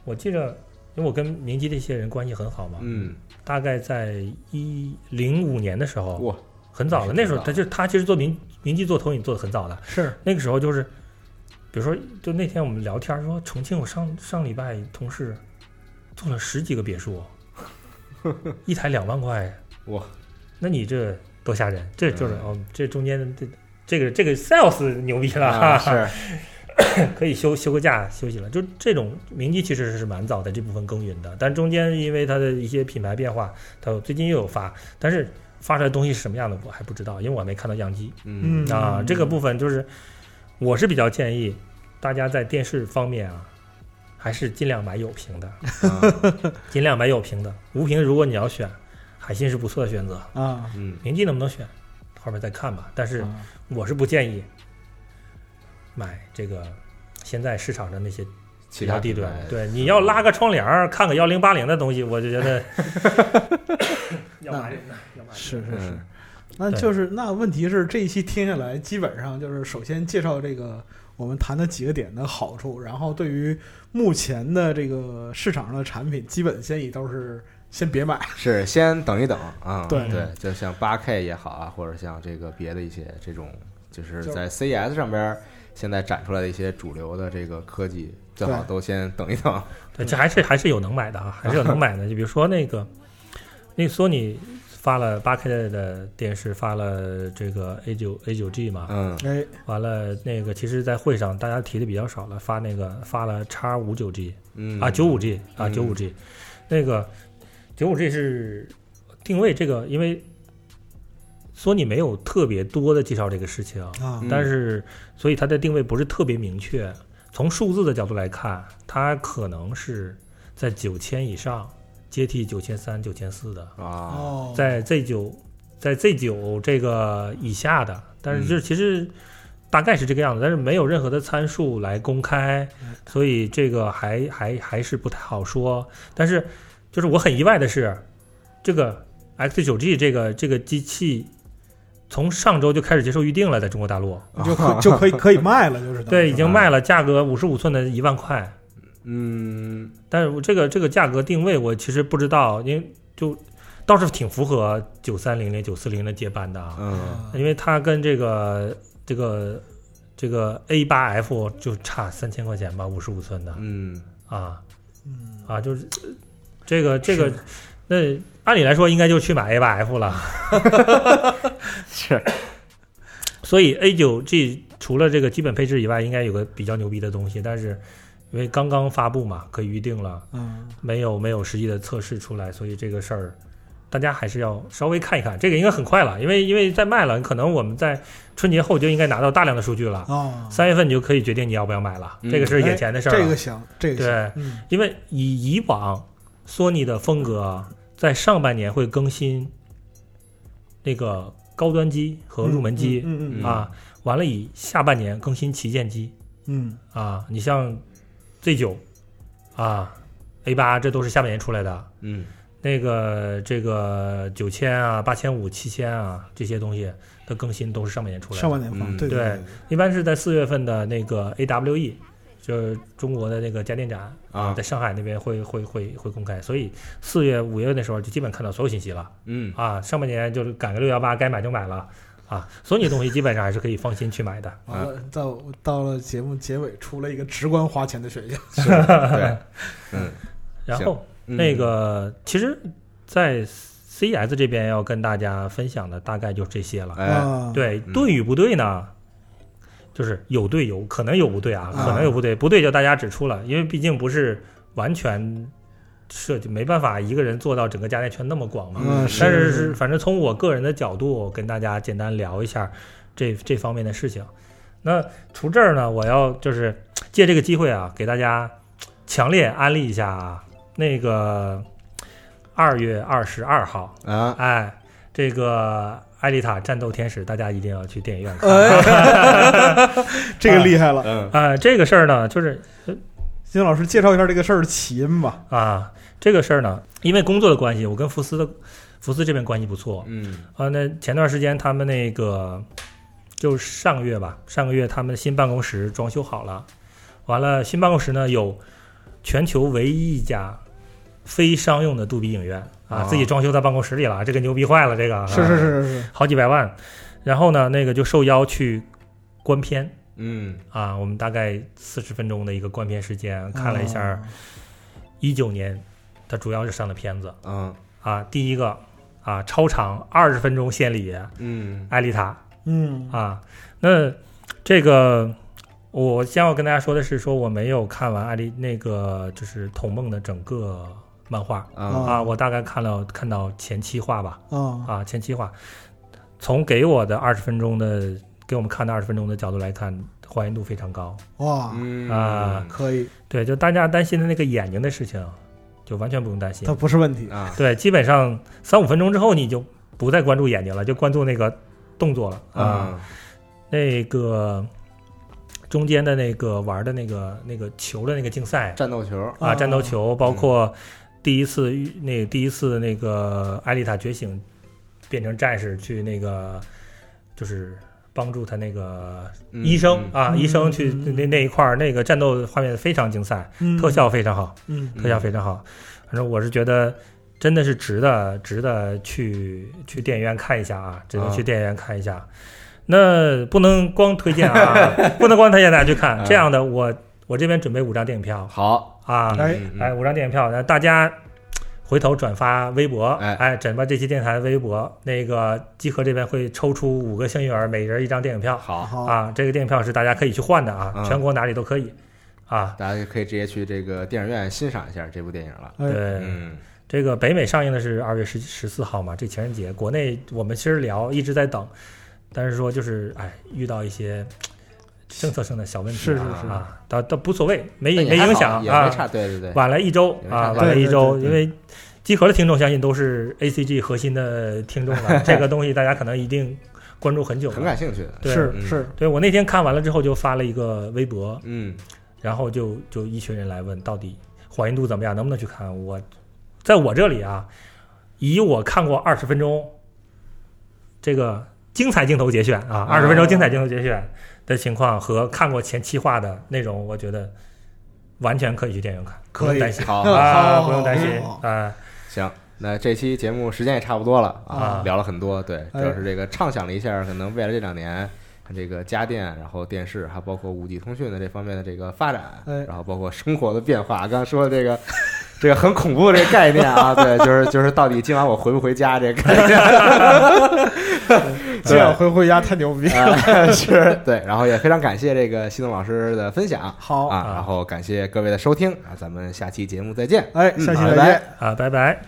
我记着，因为我跟明基这些人关系很好嘛，
嗯
大概在一零五年的时候，
哇
很早了。
那
那
是
时
挺
候
早
他就他其实做明明基做投影做的很早的，
是
那个时候就是，比如说就那天我们聊天说，重庆我上上礼拜同事做了十几个别 墅，一台两万块，
哇！
那你这多吓人！这就是、
嗯
哦，这中间的这这个这个 sales 牛逼了，
啊
哈哈，
是
可以休休个假休息了。就这种明基其实是蛮早在这部分耕耘的，但中间因为它的一些品牌变化，它最近又有发，但是发出来的东西是什么样的，我还不知道，因为我还没看到样机
嗯
嗯
啊。这个部分就是，我是比较建议大家在电视方面啊，还是尽量买有屏的，嗯
啊
尽量买有屏的。无屏如果你要选，海信是不错的选择，
啊，
嗯
明记能不能选，后面再看吧。但是
啊
我是不建议买这个现在市场上那些
其
较
他哎
低
品
端
牌。
对，你要拉个窗帘儿看个幺零八零的东西，我就觉 得要买要买。
是是是
嗯，，
那
对
就是那问题是这一期听下来，基本上就是首先介绍这个我们谈的几个点的好处，然后对于目前的这个市场上的产品，基本建议都是先别买。
是先等一等啊。
对
对，就像八 K 也好啊，或者像这个别的一些这种，就是
就
在 CES 上边儿现在展出来的一些主流的这个科技，最好
对
都先等一等。
对，这还是还是有能买的啊，还是有能买的。就比如说那个，那索尼发了八 K 的电视，发了这个 A 九 A 九 G 嘛，
嗯
哎，
完了那个，其实，在会上大家提的比较少了，发那个发了叉五九 G
嗯
啊，九五 G 啊，
嗯
九五 G，那个九五 G 是定位这个，因为索尼没有特别多的介绍这个事情，
啊
嗯
但是所以它的定位不是特别明确。从数字的角度来看，它可能是在九千以上接替九千三、九千四的，
啊，
哦，
在 Z 九在 Z 九这个以下的，但是
嗯
就是其实大概是这个样子，但是没有任何的参数来公开，所以这个还还还是不太好说。但是就是我很意外的是，这个 X 九 G 这个这个机器从上周就开始接受预定了，在中国大陆，
你就可就可以可以卖了，就是
对，已经
啊
卖了，价格五十五寸的一万块，
嗯
但是我这个这个价格定位我其实不知道，因为就倒是挺符合九三零零、九四零的接班的啊。
嗯
因为它跟这个这个这个 A 八 F 就差三千块钱吧，五十五寸的
嗯
啊
嗯
啊，就是呃这个这个，那按理来说应该就去买 A 八 F 了，
是，
所以 A 九 G 除了这个基本配置以外，应该有个比较牛逼的东西，但是因为刚刚发布嘛，可以预定了，
嗯
没有没有实际的测试出来，所以这个事儿。大家还是要稍微看一看，这个应该很快了，因为因为在卖了，可能我们在春节后就应该拿到大量的数据了。
哦，
三月份你就可以决定你要不要买了，
嗯
这个哎是眼前的事儿了。
哎这个行，这个行
对，
嗯
因为以以往索尼的风格，在上半年会更新那个高端机和入门机、
嗯嗯嗯
啊，完了以下半年更新旗舰机
嗯
啊，你像 Z 九啊、A 八，这都是下半年出来的。
嗯
那个这个九千啊、八千五、七千啊这些东西的更新都是上半年出来的。
上半年放
嗯
对
对一般是在四月份的那个 AWE，就是中国的那个家电展，
啊
在上海那边会会会会公开，所以四月五月那时候就基本看到所有信息了
嗯
啊。上半年就是赶个六幺八，该买就买了啊。索尼的东西基本上还是可以放心去买的。
完了到到了节目结尾出了一个直观花钱的选项，
是，对，嗯
然后
嗯
那个其实，在 CES 这边要跟大家分享的大概就这些了。
哎
啊，
对，
嗯
对与不对呢？就是有对有，可能有不对啊，
啊
可能有不对，不对就大家指出了，因为毕竟不是完全设计，没办法一个人做到整个家电圈那么广嘛。
嗯，
但
是
是是，反正从我个人的角度，跟大家简单聊一下这这方面的事情。那除这儿呢，我要就是借这个机会啊，给大家强烈安利一下啊，那个二月二十二号，
啊
哎，这个《艾丽塔：战斗天使》，大家一定要去电影院看。
哎，这个厉害了。
嗯
啊、这个事儿呢，就是
金老师介绍一下这个事儿的起因吧。
啊，这个事儿呢，因为工作的关系，我跟福斯的福斯这边关系不错。
嗯
啊，那前段时间他们那个就是上个月吧，上个月他们新办公室装修好了，完了新办公室呢有全球唯一一家非商用的杜比影院啊，
哦
自己装修在办公室里了，这个牛逼坏了，这个
是是是是是，
好几百万。然后呢，那个就受邀去观片
嗯
啊，我们大概四十分钟的一个观片时间，嗯看了一下
哦，
一九年它主要是上的片子
啊
啊。第一个啊，超长二十分钟献礼《
嗯
艾丽塔
嗯》
啊。那这个我先要跟大家说的是，说我没有看完《艾丽》那个就是《童梦》的整个漫画
啊
啊
啊，我大概看了看到前七话吧，
啊
啊，前七话，从给我的二十分钟的给我们看的二十分钟的角度来看，还原度非常高。
哇，
嗯
啊
可以，
对，就大家担心的那个眼睛的事情，就完全不用担心
它。不是问题。
啊
对，基本上三五分钟之后，你就不再关注眼睛了，就关注那个动作了啊。
啊
那个中间的那个玩的那个那个球的那个竞赛
战斗球
啊，
啊
战斗球，包括第一次遇那个第一次那个艾丽塔觉醒变成战士去那个就是帮助他那个
嗯
医生
嗯
啊，
嗯
医生去
嗯嗯
那那一块儿那个战斗画面非常精彩，
嗯
特，效非常好，
嗯
特效非常好。反正我是觉得真的是值得，值得去去电影院看一下啊，值得
啊
去电影院看一下。那不能光推荐 啊，不能光推荐大家去
啊
看。这样的，我我这边准备五张电影票
好
啊，
哎
嗯嗯
哎，五张电影票，那大家。回头转发微博，
哎
哎，转发这期电台的微博。那个集合这边会抽出五个幸运儿，每人一张电影票。
好，
好，
啊，这个电影票是大家可以去换的啊，
哦嗯
全国哪里都可以啊。
大家可以直接去这个电影院欣赏一下这部电影了。
哎
对，
嗯
这个北美上映的是二月十十四号嘛，这情人节。国内我们其实聊一直在等，但是说就是哎，遇到一些政策上的小问题
是
是
啊
是
啊，倒倒无所谓，没
但也
没
还好
影响
也没
啊。
差，对对对，
晚了一周
也没
啊，
差
晚了一周，
对
因
对对
为集合的听众相信都是 A C G 核心的听众 了，这个东西大家可能一定关注很久了。
很感兴趣的。
对
是
嗯
是，
对我那天看完了之后，就发了一个微博，
嗯，
然后就就一群人来问到底还原度怎么样，能不能去看？我在我这里啊，以我看过二十分钟这个精彩镜头节选啊，二十分钟精彩镜头节选的情况和看过前七话的内容，我觉得完全可以去电影院看，
可
不用
以
担心
好
那
啊，
好
不用担心
好
啊，
行，那这期节目时间也差不多了
啊
聊了很多，对，主
哎
要是这个畅想了一下，可能未来这两年。这个家电，然后电视，还包括五 G 通讯的这方面的这个发展，
哎
然后包括生活的变化。刚刚说的这个， 这个很恐怖的这个概念啊， 对，就是就是到底今晚我回不回家这个概念，
嗯
这样回回家太牛逼。
啊 是对。然后也非常感谢这个西东老师的分享
好，
啊啊，然后感谢各位的收听啊，咱们下期节目再见。
哎，
嗯
下期
好
再
拜拜
见。
啊，拜拜。